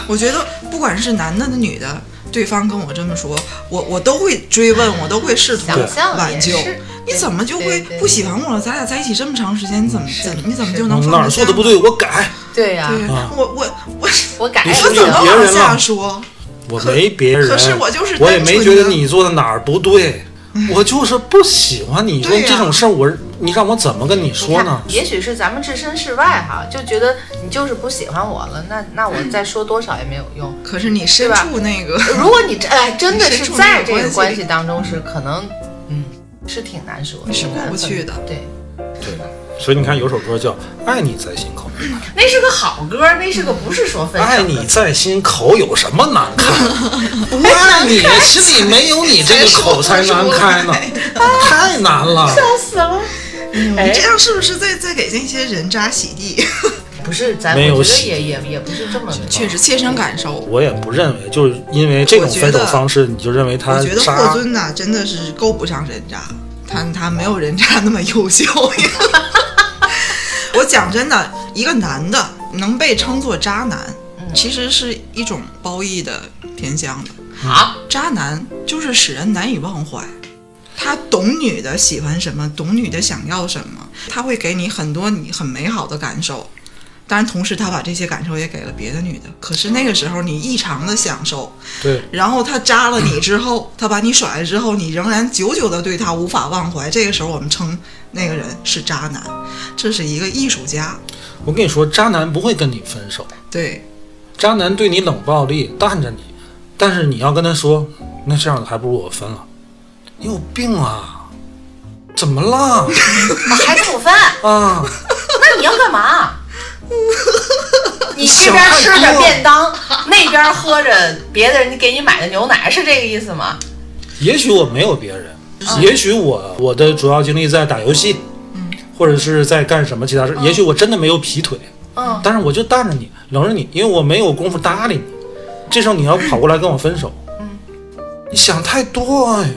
我觉得不管是男的的女的，对方跟我这么说，我我都会追问，我都会试图想象挽也救是。你怎么就会对对不喜欢我了？咱俩在一起这么长时间，你怎么怎么你怎么是就能放嗯哪得儿做下的不对，我改，对呀，对，啊我我我 我改你我说怎有么别往人下了说？我没别人。可是我就是我也单没纯觉得的嗯你做的哪儿不对，我就是不喜欢你。说对呀这种事儿，我你让我怎么跟你你说看呢，？也许是咱们置身事外哈，就觉得你就是不喜欢我了，那那我再说多少也没有用。可是你身对吧处那个，如果你真哎真的是在这个你身处那个关关系系当中是可能，嗯，是挺难说，你是挺难过不去分的对，对，所以你看有首歌叫《爱你在心口》，那是个好歌，那是个不是说分手的爱你在心口有什么难看？ 不爱你，心里没有你这个口才难开呢，太难了。笑死了。哎你这样是不是在在给那些人渣洗 地？不是，咱没有我觉得喜也也也不是这么的确实切身感受。我也不认为，就是因为这种分手方式，你就认为他我觉得霍渣？尊呐、真的是够不上人渣，他他没有人渣那么优秀。 我讲真的，一个男的能被称作渣男，其实是一种褒义的偏向的。好，渣男就是使人难以忘怀。他懂女的喜欢什么，懂女的想要什么，他会给你很多你很美好的感受。当然，同时他把这些感受也给了别的女的。可是那个时候你异常的享受，对，然后他扎了你之后， 他把你甩了之后，你仍然久久的对他无法忘怀。这个时候我们称那个人是渣男，这是一个艺术家。我跟你说，渣男不会跟你分手，对，渣男对你冷暴力，淡着你，但是你要跟他说，那这样还不如我分了，你有病啊？怎么了？还是我分？啊，那你要干嘛？ 你这想边太吃多着了便当，那边喝着别的人给你买的牛奶，是这个意思吗？也许我没有别人，也许我我的主要精力在打游戏，或者是在干什么其他事，也许我真的没有劈腿，嗯但是我就淡着你，冷着你，因为我没有功夫搭理你。这时候你要跑过来跟我分手，嗯，你想太多哎。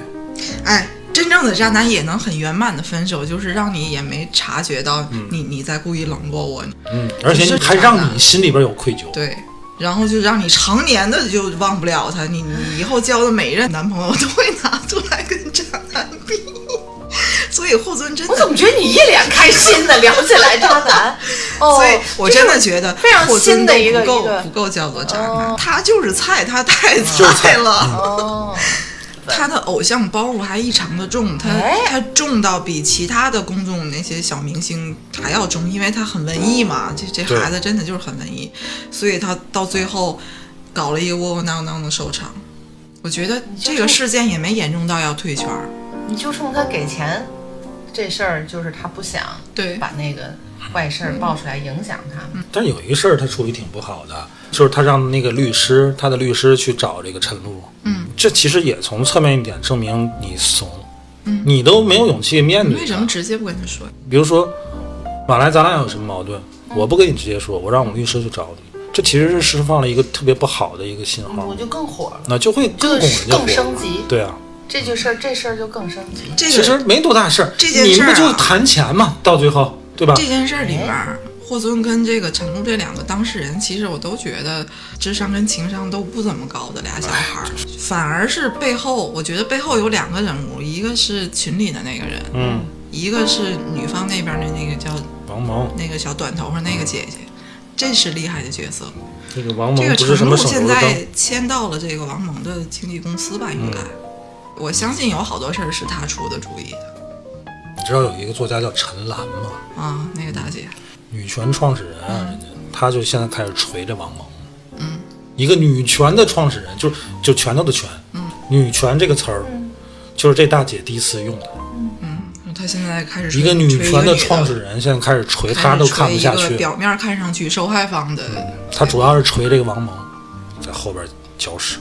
哎，真正的渣男也能很圆满的分手，就是让你也没察觉到你、你在故意冷落我，嗯，而且你还让你心里边有愧疚。对，然后就让你常年的就忘不了他，你你以后交的每一任男朋友都会拿出来跟渣男比，所以霍尊真我怎的，么觉得你一脸开心的聊起来渣 男？哦，所以我真的觉得非常霍尊新都的一个不够一 个不够叫做渣哦男，他就是菜，他太嗯就是菜菜了。哦， 他的偶像包袱还异常的重，他哎他重到比其他的公众那些小明星还要重，因为他很文艺嘛，这这对孩子真的就是很文艺，所以他到最后搞了一个窝窝囊囊的收场。我觉得就这个事件也没严重到要退圈儿，你就冲他给钱这事儿，就是他不想对把那个坏事儿爆出来，影响他。嗯但是有一个事儿他处理挺不好的，就是他让那个律师，他的律师去找这个陈露。嗯，这其实也从侧面一点证明你怂，嗯，你都没有勇气面你对。为什么？直接不跟他说？比如说，本来咱俩有什么矛盾，我不跟你直接说，我让我律师去找你，这其实是释放了一个特别不好的一个信号嗯我，就更火了，那就会更就拱是人家火更。升级。对啊，这就事儿，这事儿就更升级。这其个实没多大事儿，这件你事儿们啊就谈钱嘛，到最后，对吧？这件事儿里边儿，霍尊跟这个陈露这两个当事人，其实我都觉得智商跟情商都不怎么高的俩小孩儿，哎反而是背后，我觉得背后有两个人物，一个是群里的那个人，嗯，一个是女方那边的那个叫王蒙，那个小短头发那个姐姐，这是厉害的角色。这个王蒙这个嗯不是什陈么露省现油的灯。在签到了这个王蒙的经纪公司吧，应该，嗯我相信有好多事儿是他出的主意的你知道有一个作家叫陈岚吗？啊，那个大姐，女权创始人啊，人家她就现在开始锤这王蒙。嗯一个女权的创始人，就是就拳头的拳，嗯女权这个词儿，就是这大姐第一次用的。她现在开始一个吹女吹一权个的创始人现在开始锤，她都看不下开始吹一去。嗯个表面看上去受害方的，她主要是锤这个王蒙，在后边搅屎。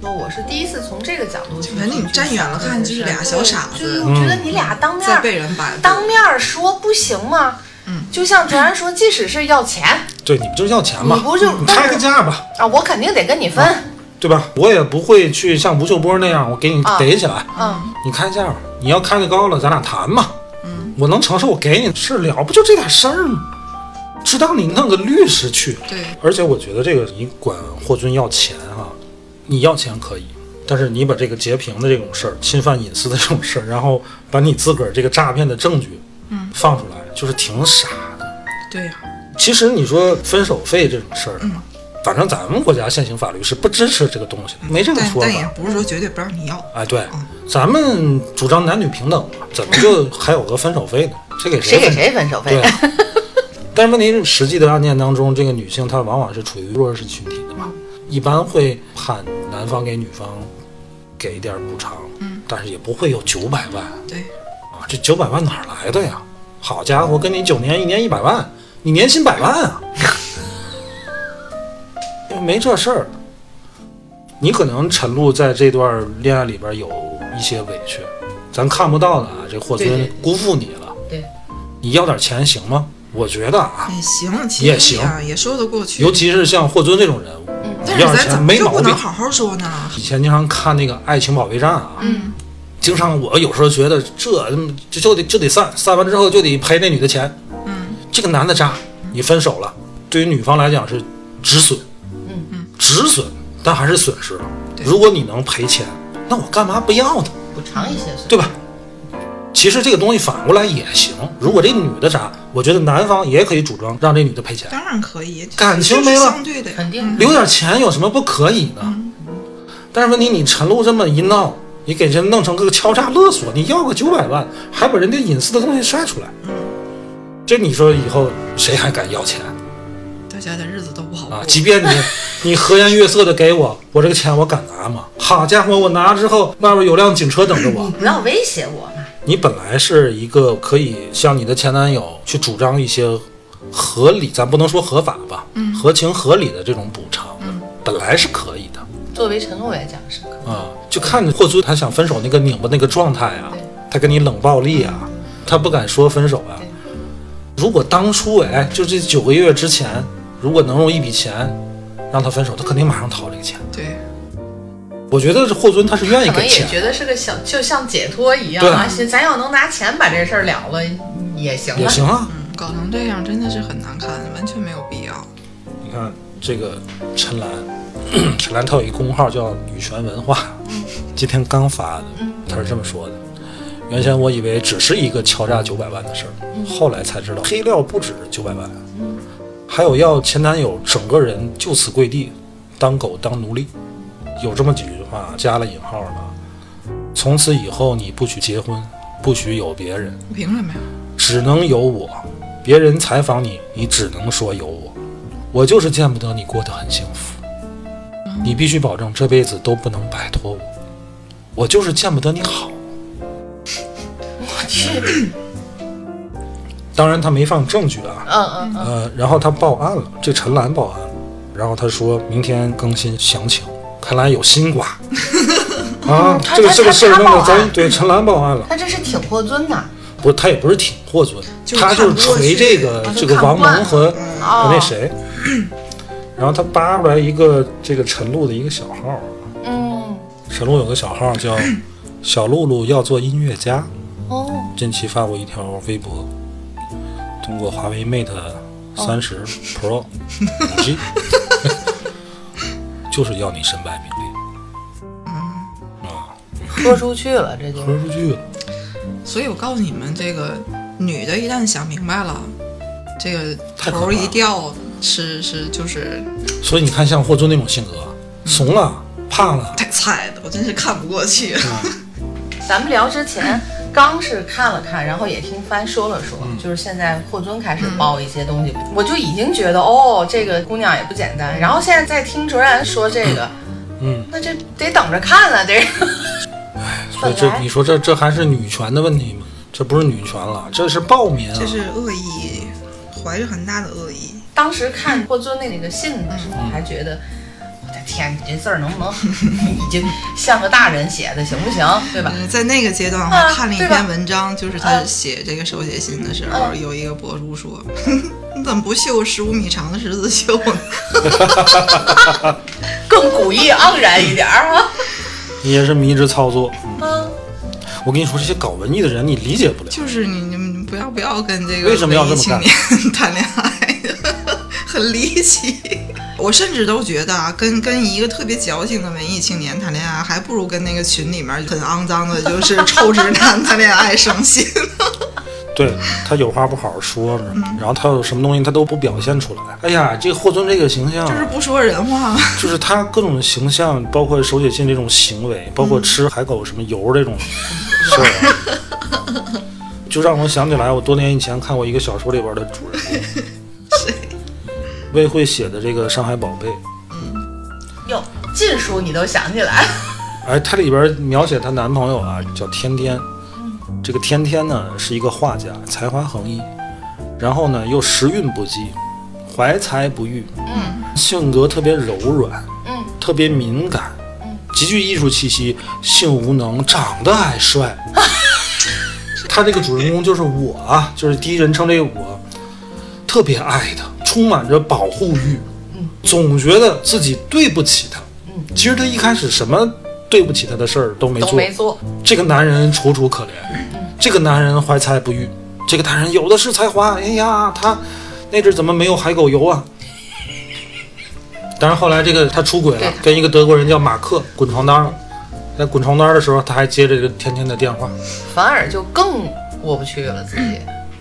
说我是第一次从这个角度去，反正你站远了看就是俩小傻子嗯就是我觉得你俩当面在儿被人摆布当面儿说不行吗？嗯，就像卓然说，即使是要钱对，你不就是要钱吗？你不就你开个价吧，啊，我肯定得跟你分。对吧？我也不会去像吴秀波那样，我给你啊逮起来。嗯，你开价吧，你要开的高了，咱俩谈嘛。嗯，我能承受，我给你是了，不就这点事儿吗？知道你弄个律师去，对，而且我觉得这个你管霍尊要钱哈、你要钱可以，但是你把这个截屏的这种事儿、侵犯隐私的这种事儿，然后把你自个儿这个诈骗的证据，嗯，放出来，就是挺傻的。对呀、其实你说分手费这种事儿，反正咱们国家现行法律是不支持这个东西的，没这个但说法。但也不是说绝对不让你要，哎，对，咱们主张男女平等嘛，怎么就还有个分手费呢？谁给谁分给谁分手对费？啊。 但是问题是，实际的案件当中，这个女性她往往是处于弱势群体的嘛，嗯一般会判男方给女方给一点补偿，嗯但是也不会有九百万对，啊，这九百万哪儿来的呀？好家伙，跟你九年，一年一百万，你年薪百万啊， 没这事儿。你可能陈露在这段恋爱里边有一些委屈，咱看不到的啊，这霍对对尊对辜负你了，对，你要点钱行吗？我觉得啊，也行，其实也行啊，也说得过去尤。其是像霍尊这种人物，嗯但要是点咱钱怎么没就毛不能病。好好说呢？以前经常看那个《爱情保卫战》啊，嗯，经常我有时候觉得这嗯就就得就得散，散完之后就得赔那女的钱。嗯，这个男的渣，你分手了，对于女方来讲是止损，嗯嗯，止损，但还是损失。对如果你能赔钱，那我干嘛不要呢？补偿一些损失。对吧？其实这个东西反过来也行。如果这女的渣，我觉得男方也可以主张让这女的赔钱。当然可以，感情这是没了相对的呀，肯定嗯留点钱有什么不可以呢？但是问题，你陈露这么一闹，你给人弄成个敲诈勒索，你要个九百万，还把人家隐私的东西晒出来，这你说以后谁还敢要钱大家的日子都不好过啊？。即便你你和颜悦色的给我，我这个钱我敢拿吗？好家伙，我拿了之后，外边有辆警车等着我你。不要威胁我嘛。你本来是一个可以向你的前男友去主张一些合理，咱不能说合法吧，合情合理的这种补偿的，本来是可以的。作为陈露来讲是可以，啊，就看着霍尊他想分手那个拧巴那个状态啊，他跟你冷暴力啊，他不敢说分手啊对，如果当初哎，就这九个月之前，如果能用一笔钱让他分手，他肯定马上掏这个钱。对，我觉得霍尊他是愿意可能给也钱，觉得是个小，就像解脱一样对啊，是咱要能拿钱把这事儿了了也行也了。行啊。嗯，搞成这样真的是很难看，完全没有必要。你看这个陈岚， 陈岚她有一公号叫“女权文化”，今天刚发的，她是这么说的：原先我以为只是一个敲诈九百万的事儿，后来才知道黑料不止九百万，还有要前男友整个人就此跪地，当狗当奴隶，有这么几句话加了引号呢。从此以后，你不许结婚，不许有别人，凭什么呀？只能有我。别人采访你，你只能说有我。我就是见不得你过得很幸福，你必须保证这辈子都不能摆脱我。我就是见不得你好。我去，当然，他没放证据啊。嗯嗯嗯，呃，然后他报案了，这陈兰报案了，然后他说明天更新详情，看来有新 瓜啊，他这个他这个事儿他弄报得案咱对陈兰报案了，他这是挺霍尊呐。不，他也不是挺霍尊，就是他看就是不过锤去这个啊就这个看王不惯蒙和和哦，那谁，然后他扒出来一个这个陈露的一个小号儿，嗯，陈露有个小号儿叫小露露要做音乐家，哦，近期发过一条微博，通过华为 Mate 哦三十 Pro 五 G，就是要你身败名裂。啊，豁出去了，这就豁出去了，所以我告诉你们，这个女的一旦想明白了，这个太可头儿怕一了掉，是是就是所以你看，像霍尊那种性格，啊怂了，怕了，太菜的，我真是看不过去。嗯咱们聊之前，刚是看了看，然后也听帆说了说，嗯就是现在霍尊开始报一些东西，我就已经觉得哦，这个姑娘也不简单。然后现在在听卓然说这个，嗯，那这得等着看了，这所以这本来你说这这还是女权的问题吗？这不是女权了，这是暴民啊！恶意，怀着很大的恶意。当时看霍尊那个信的时候，还觉得。我的天，你这字儿能不 能已经像个大人写的，行不行？对哎吧？嗯，在那个阶段，我啊还看了一对吧嗯篇文章，就是他啊写这个手写信的时候，有一个博主说：“ 你怎么不绣十五米长的十字绣呢 更古意盎然一点儿啊！也是迷之操作。嗯嗯，我跟你说，这些搞文艺的人你理解不了？”。就是你你们不要不要跟这个为什么要这么文艺青年 谈恋爱，很离奇。我甚至都觉得啊，跟跟一个特别矫情的文艺青年谈恋爱，还不如跟那个群里面很肮脏的， 就是臭直男谈恋爱省心。对 他有话不好好说着，然后他有什么东西他都不表现出来。哎呀，这个霍尊这个形象啊，就是不说人话嘛。就是他各种形象，包括手写信这种行为，包括吃海狗什么油这种事儿啊， 就让我想起来我多年以前看过一个小说里边的主人公，魏慧写的这个《上海宝贝》，哟，禁书你都想起来，哎，它里边描写她男朋友啊，叫天天。这个天天呢是一个画家，才华横溢，然后呢又时运不济，怀才不遇，嗯，性格特别柔软，嗯，特别敏感，嗯，极具艺术气息，性无能，长得矮 帅。他这个主人公就是我啊，就是第一人称这个我，特别爱他，充满着保护欲，嗯，总觉得自己对不起他，嗯，其实他一开始什么对不起他的事儿都没都做，没做。这个男人楚楚可怜，这个男人怀才不遇，这个男人有的是才华。哎呀，他那阵儿怎么没有海狗油啊？当然后来这个他出轨了对，跟一个德国人叫马克滚床单了。在滚床单的时候，他还接这个天天的电话。反而就更过不去了自己。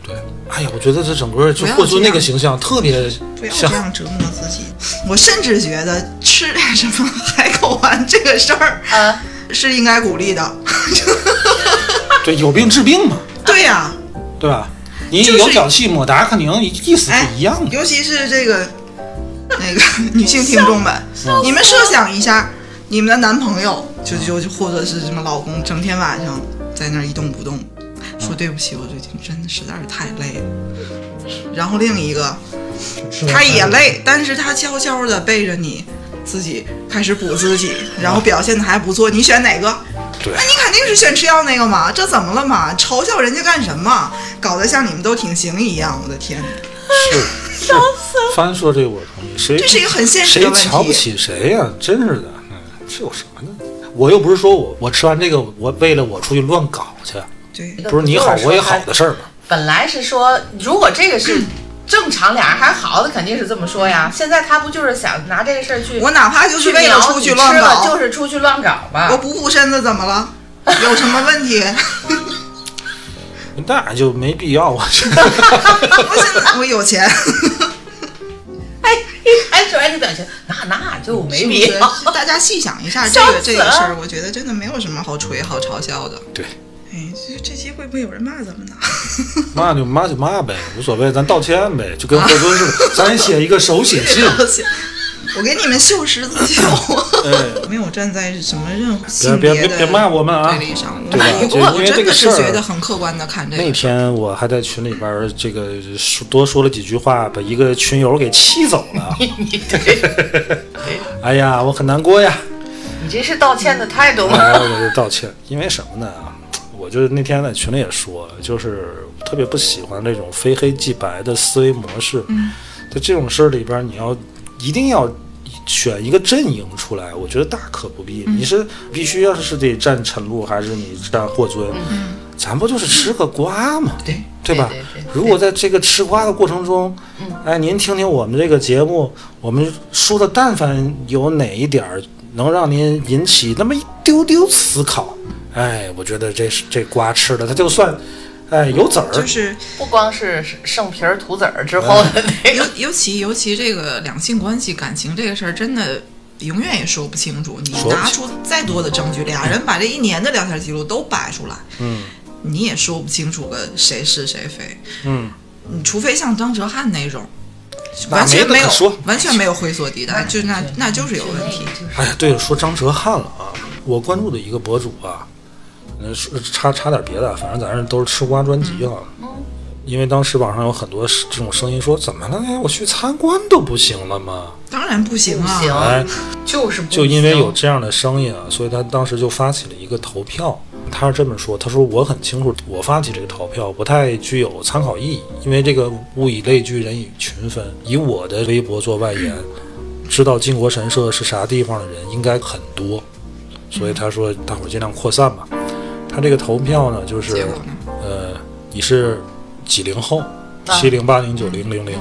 对，哎呀，我觉得这整个就不要霍尊这那样个形象特别不要这像，样折磨自己。我甚至觉得吃点什么 海口丸这个事儿啊，是应该鼓励的。对，有病治病嘛，对呀、对吧？你就是有脚气抹达克宁，意思哎是一样的。尤其是这个那个女性听众们，你们设想一下，你们的男朋友就就就或者是什么老公，整天晚上在那儿一动不动，说对不起，我最近真的实在是太累了。然后另一个是吧他也累，但是他悄悄的背着你，自己开始补自己，然后表现的还不错，你选哪个？对那你肯定是选吃药那个嘛，这怎么了嘛？嘲笑人家干什么？搞得像你们都挺行一样，我的天，是是。翻说这个我同意，谁这是一个很现实谁的问瞧不题。起谁呀、真是的，嗯，这有啥呢？我又不是说我我吃完这个，我为了我出去乱搞去，对，不是你好我也好的事儿吗？本来是说，如果这个是正常，俩人还好的，肯定是这么说呀。现在他不就是想拿这个事儿去我哪怕就是去为聊了出你去乱吃了搞，就是出去乱搞吧我。不护身子怎么了？有什么问题？那就没必要啊。 我现在我有钱，哎，一开始还是表情，那那就 没必要。是不是大家细想一下这笑个死这个了事儿，我觉得真的没有什么好吹、好嘲笑的。对，哎，这这期会不会有人骂咱们呢？ 骂就骂就骂呗，无所谓，咱道歉呗，就跟霍尊似的，咱写一个手写信， 我给你们秀十字绣，哎， 没有站在什么任何别性别别别的别骂我们啊对！立上，我对吧我就因我为这真个的事是儿觉得很客观的看这那个事儿。天我还在群里边儿这个说多说了几句话，把一个群友给气走 了。哎呀，我很难过呀！你这是道歉的态度吗？哎，我就道歉，因为什么呢？我就那天在群里也说，就是特别不喜欢这种非黑即白的思维模式。在这种事儿里边儿，你要一定要选一个阵营出来，我觉得大可不必。你是必须要是得站陈露，还是你站霍尊？咱不就是吃个瓜吗？对对吧对对对？嗯如果在这个吃瓜的过程中，哎，您听听我们这个节目，我们说的但凡有哪一点儿能让您引起那么一丢丢思考，哎，我觉得这是这瓜吃的，它就算，哎，有籽儿，就是不光是剩皮儿吐籽儿之后的嗯 那尤个，尤其尤其这个两性关系感情这个事儿，真的永远也说不清楚。你说不拿出再多的证据，俩人把这一年的聊天记录都摆出来，嗯你也说不清楚个谁是谁非。嗯，你除非像张哲瀚那种，那完全没得没有可说完全没有灰色地带，就那那就是有问题。就是哎呀，对了，说张哲瀚了啊，我关注的一个博主啊，呃，说插插点别的啊，反正咱这都是吃瓜专辑啊。嗯因为当时网上有很多这种声音说，怎么了？哎，我去参观都不行了吗？当然不行不啊，行，哎，就是不就因为有行这样的声音啊，所以他当时就发起了一个投票。他是这么说：“他说我很清楚，我发起这个投票不太具有参考意义，因为这个物以类聚，人以群分。以我的微博做外延，知道靖国神社是啥地方的人应该很多，所以他说大伙儿尽量扩散吧。他这个投票呢，就结是果呢呃，你是几零后？啊七零、八零、九零、零零，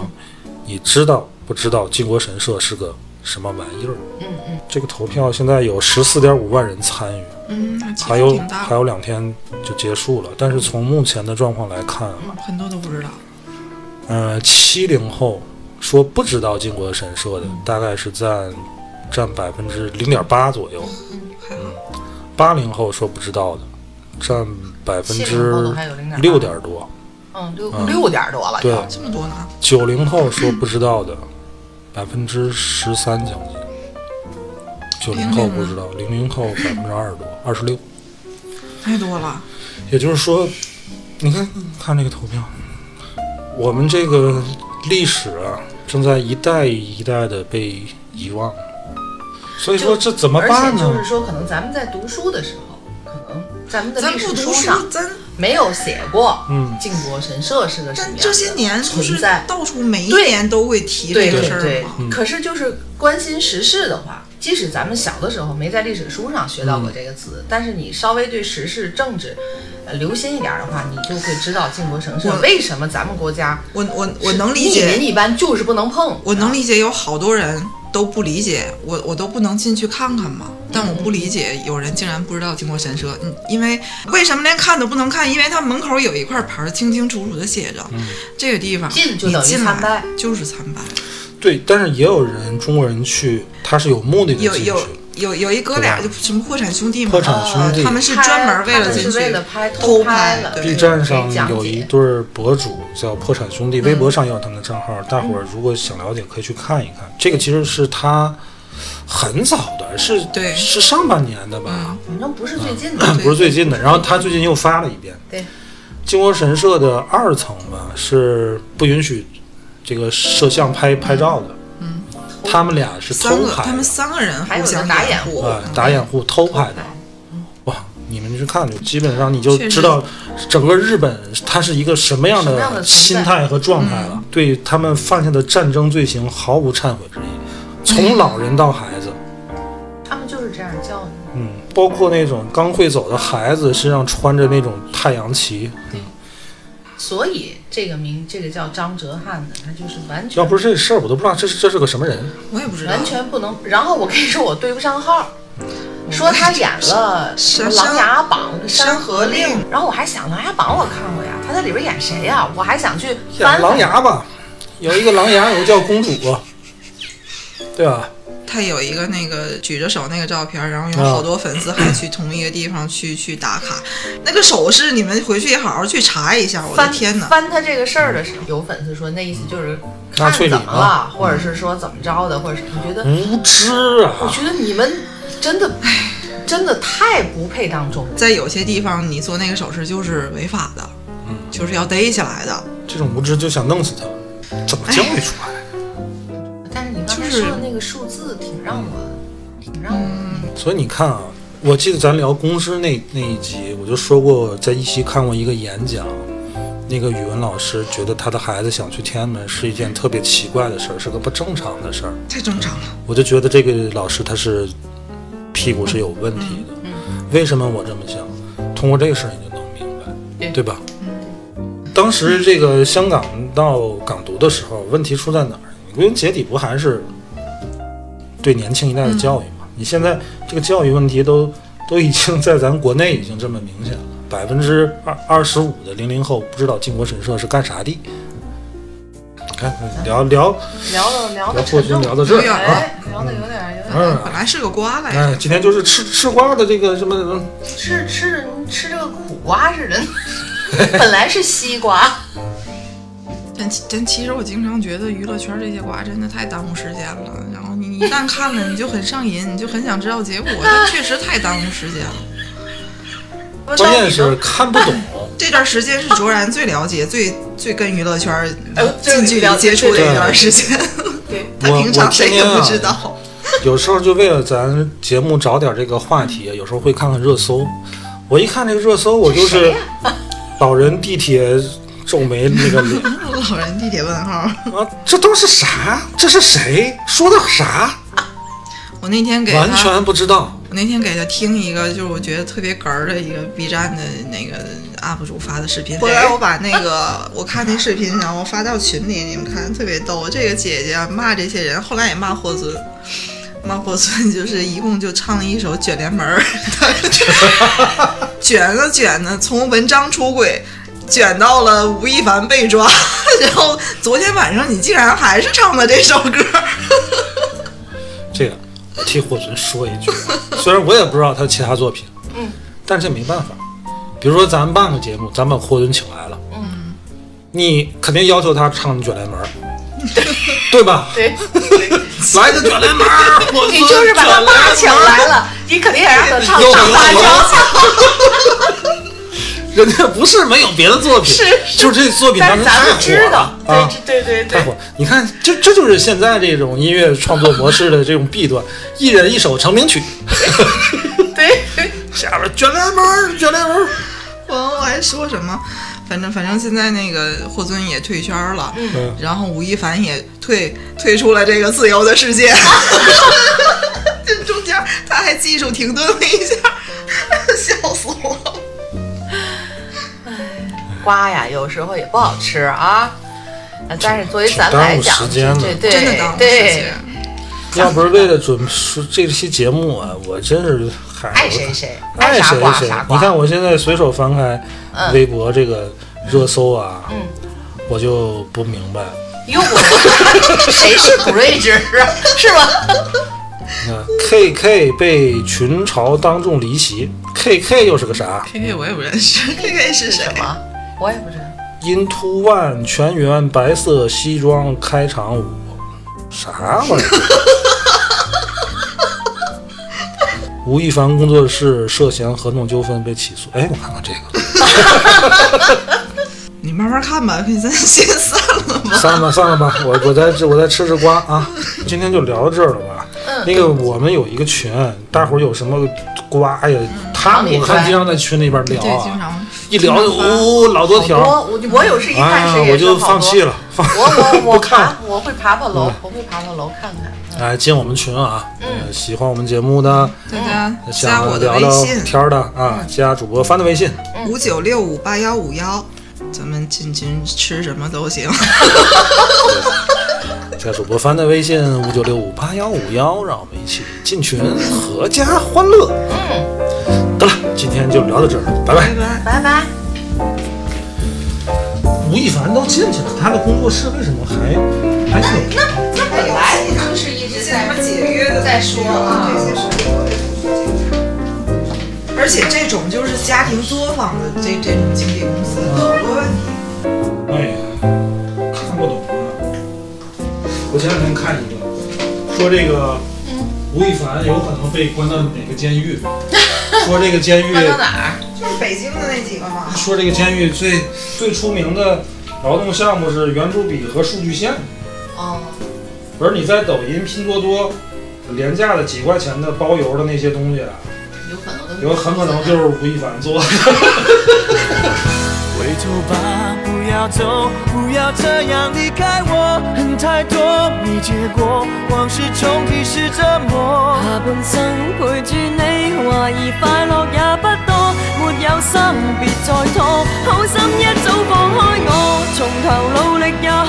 你知道不知道靖国神社是个什么玩意儿？嗯嗯，这个投票现在有十四点五万人参与，嗯，那其还实有挺大还的，有两天就结束了。但是从目前的状况来看啊，很多都不知道。呃，七零后说不知道靖国神社的，大概是占占百分之零点八左右；嗯还好八零后说不知道的，占百分70后都之还有0.8六点多；嗯，嗯六六点多了，对，这么多呢？九零后说不知道的，百分之十三将近。九零后不知道，零零后百分之二十多，二十六。太多了。也就是说，你看看这个投票，我们这个历史啊，正在一代一代的被遗忘，所以说这怎么而办且呢就？是说，可能咱们在读书的时候，可能咱们的咱不历史读书上，咱没有写过，嗯靖国神社是个什但么样的这些年不存是在，到处每一对年都会提对这对个事儿对吗？。嗯可是就是关心时事的话，即使咱们小的时候没在历史书上学到嗯过这个词，但是你稍微对时事政治。呃留心一点的话，你就会知道靖国神社我为什么咱们国家我我我能理逆解，民一般就是不能碰。我能理解，有好多人都不理解，我我都不能进去看看嘛。但嗯我不理解，有人竟然不知道靖国神社，嗯，因为为什么连看都不能看？因为它门口有一块牌儿，清清楚楚的写着，这个地方嗯进就你等于进参来拜就是参拜。对，但是也有人中国人去，他是有目的的进有去，有有有一哥俩就什么破产兄弟嘛，啊破产兄弟他们是专门为了进他们是去为了拍偷拍拍了对 B 站上有一对儿博主叫破产兄弟，微嗯博上也有他们的账号，大伙儿如果想了解可以去看一看。这个其实是他很早的，是对是上半年的吧嗯，反正不是最近的，不是最近的。然后他最近又发了一遍，对，靖国神社的二层吧是不允许这个摄像拍拍照的，他们俩是嗯三偷个，拍他们的，三个人还有互哎人相打掩掩护啊，打掩护偷拍的。哇，你们去看就基本上你就确实知道整个日本它是一个什么样什么样的的存在嗯心态和状态了，对他们犯下的战争罪行毫无忏悔之意，嗯从老人到孩子。他们就是这样教育。嗯，包括那种刚会走的孩子身上穿着那种太阳旗，所以这个名，这个叫张哲瀚的，他就是完全要不是这事儿，我都不知道这是这是个什么人。我也不知道完。全不能。然后我跟你说，我对不上号，嗯说他演了什么《琅琊榜》《山河令》，然后我还想《琅琊榜》我看过呀，他在里边演谁呀？我还想去演翻翻狼。牙吧，有一个狼牙，有个叫公主，啊对吧？他有一个那个举着手那个照片，然后有好多粉丝还去同一个地方去去打卡，那个手势你们回去好好去查一下。我的翻天哪！翻他这个事儿的时候，有粉丝说那意思就是纳看粹怎礼么了，嗯或者是说怎么着的，或者是你觉得，无知我啊！觉得你们真的真的太不配当中国。在有些地方你做那个手势就是违法的，嗯就是要逮起来的。这种无知就想弄死他，怎么教育出来？但是你刚才就是嗯说的那个数字挺让我，挺让我。所以你看啊，我记得咱聊公知那那一集，我就说过，在一期看过一个演讲，那个语文老师觉得他的孩子想去天安门是一件特别奇怪的事儿，是个不正常的事儿。太正常了，我就觉得这个老师他是屁股是有问题嗯的。为什么我这么想？通过这个事儿你就能明白，对嗯对吧？当时这个香港到港独的时候，问题出在哪儿？你归根结底不还是对年轻一代的教育嗯吗？你现在这个教育问题都 都已经在咱国内已经这么明显了，百分之二二十五的零零后不知道靖国神社是干啥的。看聊聊聊的聊聊的破沉军重，聊到这儿啊。哎，聊的有点儿有点儿，嗯，本来是个瓜来着。哎，今天就是吃吃瓜的这个什么，吃吃吃这个苦瓜似的，本来是西瓜，但其但其实我经常觉得娱乐圈这些瓜真的太耽误时间了，然后你一旦看了你就很上瘾，你就很想知道结果，但确实太耽误时间了。 关键是看不懂。这段时间是卓然最了解、最最跟娱乐圈儿呃最近距离了解接触的对一段时间，对，他我平我常谁天也天不啊知道。 有时候就为了咱节目找点这个话题，有时候会看看热搜。我一看这个热搜，我就是 老人地铁皱眉那个脸 老人地铁问号。啊，这都是啥？这是谁说的啥？我那天给他，完全不知道。我那天给他听一个，就是我觉得特别哏儿的一个 B 站的那个 UP 主发的视频。回来我把那个我看那视频，然后发到群里，你们看特别逗。这个姐姐骂这些人，后来也骂霍尊。骂霍尊就是一共就唱了一首《卷帘门》， 卷着卷着，从文章出轨卷到了吴亦凡被抓， 然后昨天晚上你竟然还是唱的这首歌。这个我替霍尊说一句话，虽然我也不知道他其他作品，嗯，但这没办法。比如说咱们办个节目，咱把霍尊请来了，嗯，你肯定要求他唱《卷帘门》， 对吧？对，来个《卷帘门》，霍尊，你就是把他爸请卷帘门 来了，你肯定也让他唱又唱花招， 人家不是没有别的作品，是是 就这作品当但是时咱太们知火道了，啊。对对对太对火了！你看，这这就是现在这种音乐创作模式的这种弊端，一人一首成名曲， 对对，下边卷帘门儿，卷帘门 儿。我我还说什么？反正反正现在那个霍尊也退圈了，嗯然后吴亦凡也退退出了这个自由的世界， 这中间他还技术停顿了一下， 笑死我了。瓜呀，有时候也不好吃啊。呃但是作为咱来讲耽误时间，对的对真的当对，要不是为了准备这期节目啊，我真是嗨，爱谁谁我爱啥谁瓜谁啥。瓜。你看我现在随手翻开微博这个热搜啊，嗯我就不明白，哟，我 谁是古瑞芝啊？是吧？你看 KK 被群嘲当众离席，KK 又是个啥 K K 我也不认识，K K 是谁什？么？我也不知道。 ？Into One 全员白色西装开场舞，啥玩意儿？ 吴亦凡工作室涉嫌合同纠纷被起诉。哎，我看看这个。你慢慢看吧，你咱先散了吧。散了吧，散了吧，我我再吃我再吃吃瓜啊！今天就聊到这儿了吧。那个我们有一个群，大伙儿有什么瓜呀、挞他常们里我看经边。常在群里边聊对，经啊，常一聊就经常发呜、老多条儿，我我我有时一看哎谁呀，我也是就好放多弃了，放我我不我看嗯了爬，我会爬爬楼，我会爬爬楼看看。嗯哎，进我们群啊，呃喜欢我们节目的，大家加哦想我的聊微聊信天儿的啊，加主播帆的微信，五九六五八幺五幺，咱们进群吃什么都行。加主播帆的微信五九六五八幺五幺，让我们一起进群，阖家欢乐。得了，今天就聊到这儿，拜拜拜。拜。拜拜。吴亦凡都进去了，他的工作室为什么还还是有？那本来就是一直在解约的在说啊这些事情我也不清楚而且这种就是家庭作坊的这这种经纪公司好多问题。哎呀，看不懂啊！我前两天看一个，说这个吴亦凡有可能被关到哪个监狱，说这个监狱搬到哪儿？就是北京的那几个嘛，说这个监狱最最出名的劳动项目是圆珠笔和数据线，哦，而你在抖音、拼多多廉价的几块钱的包邮的那些东西啊，有可能都有很可能就是吴亦凡 做的。回头吧，不要走，不要这样离开我。恨太多没结果，往事重提是折磨。下半生陪住你，怀疑快樂也不多，沒有心別再拖，好心一早放開我，從頭努力也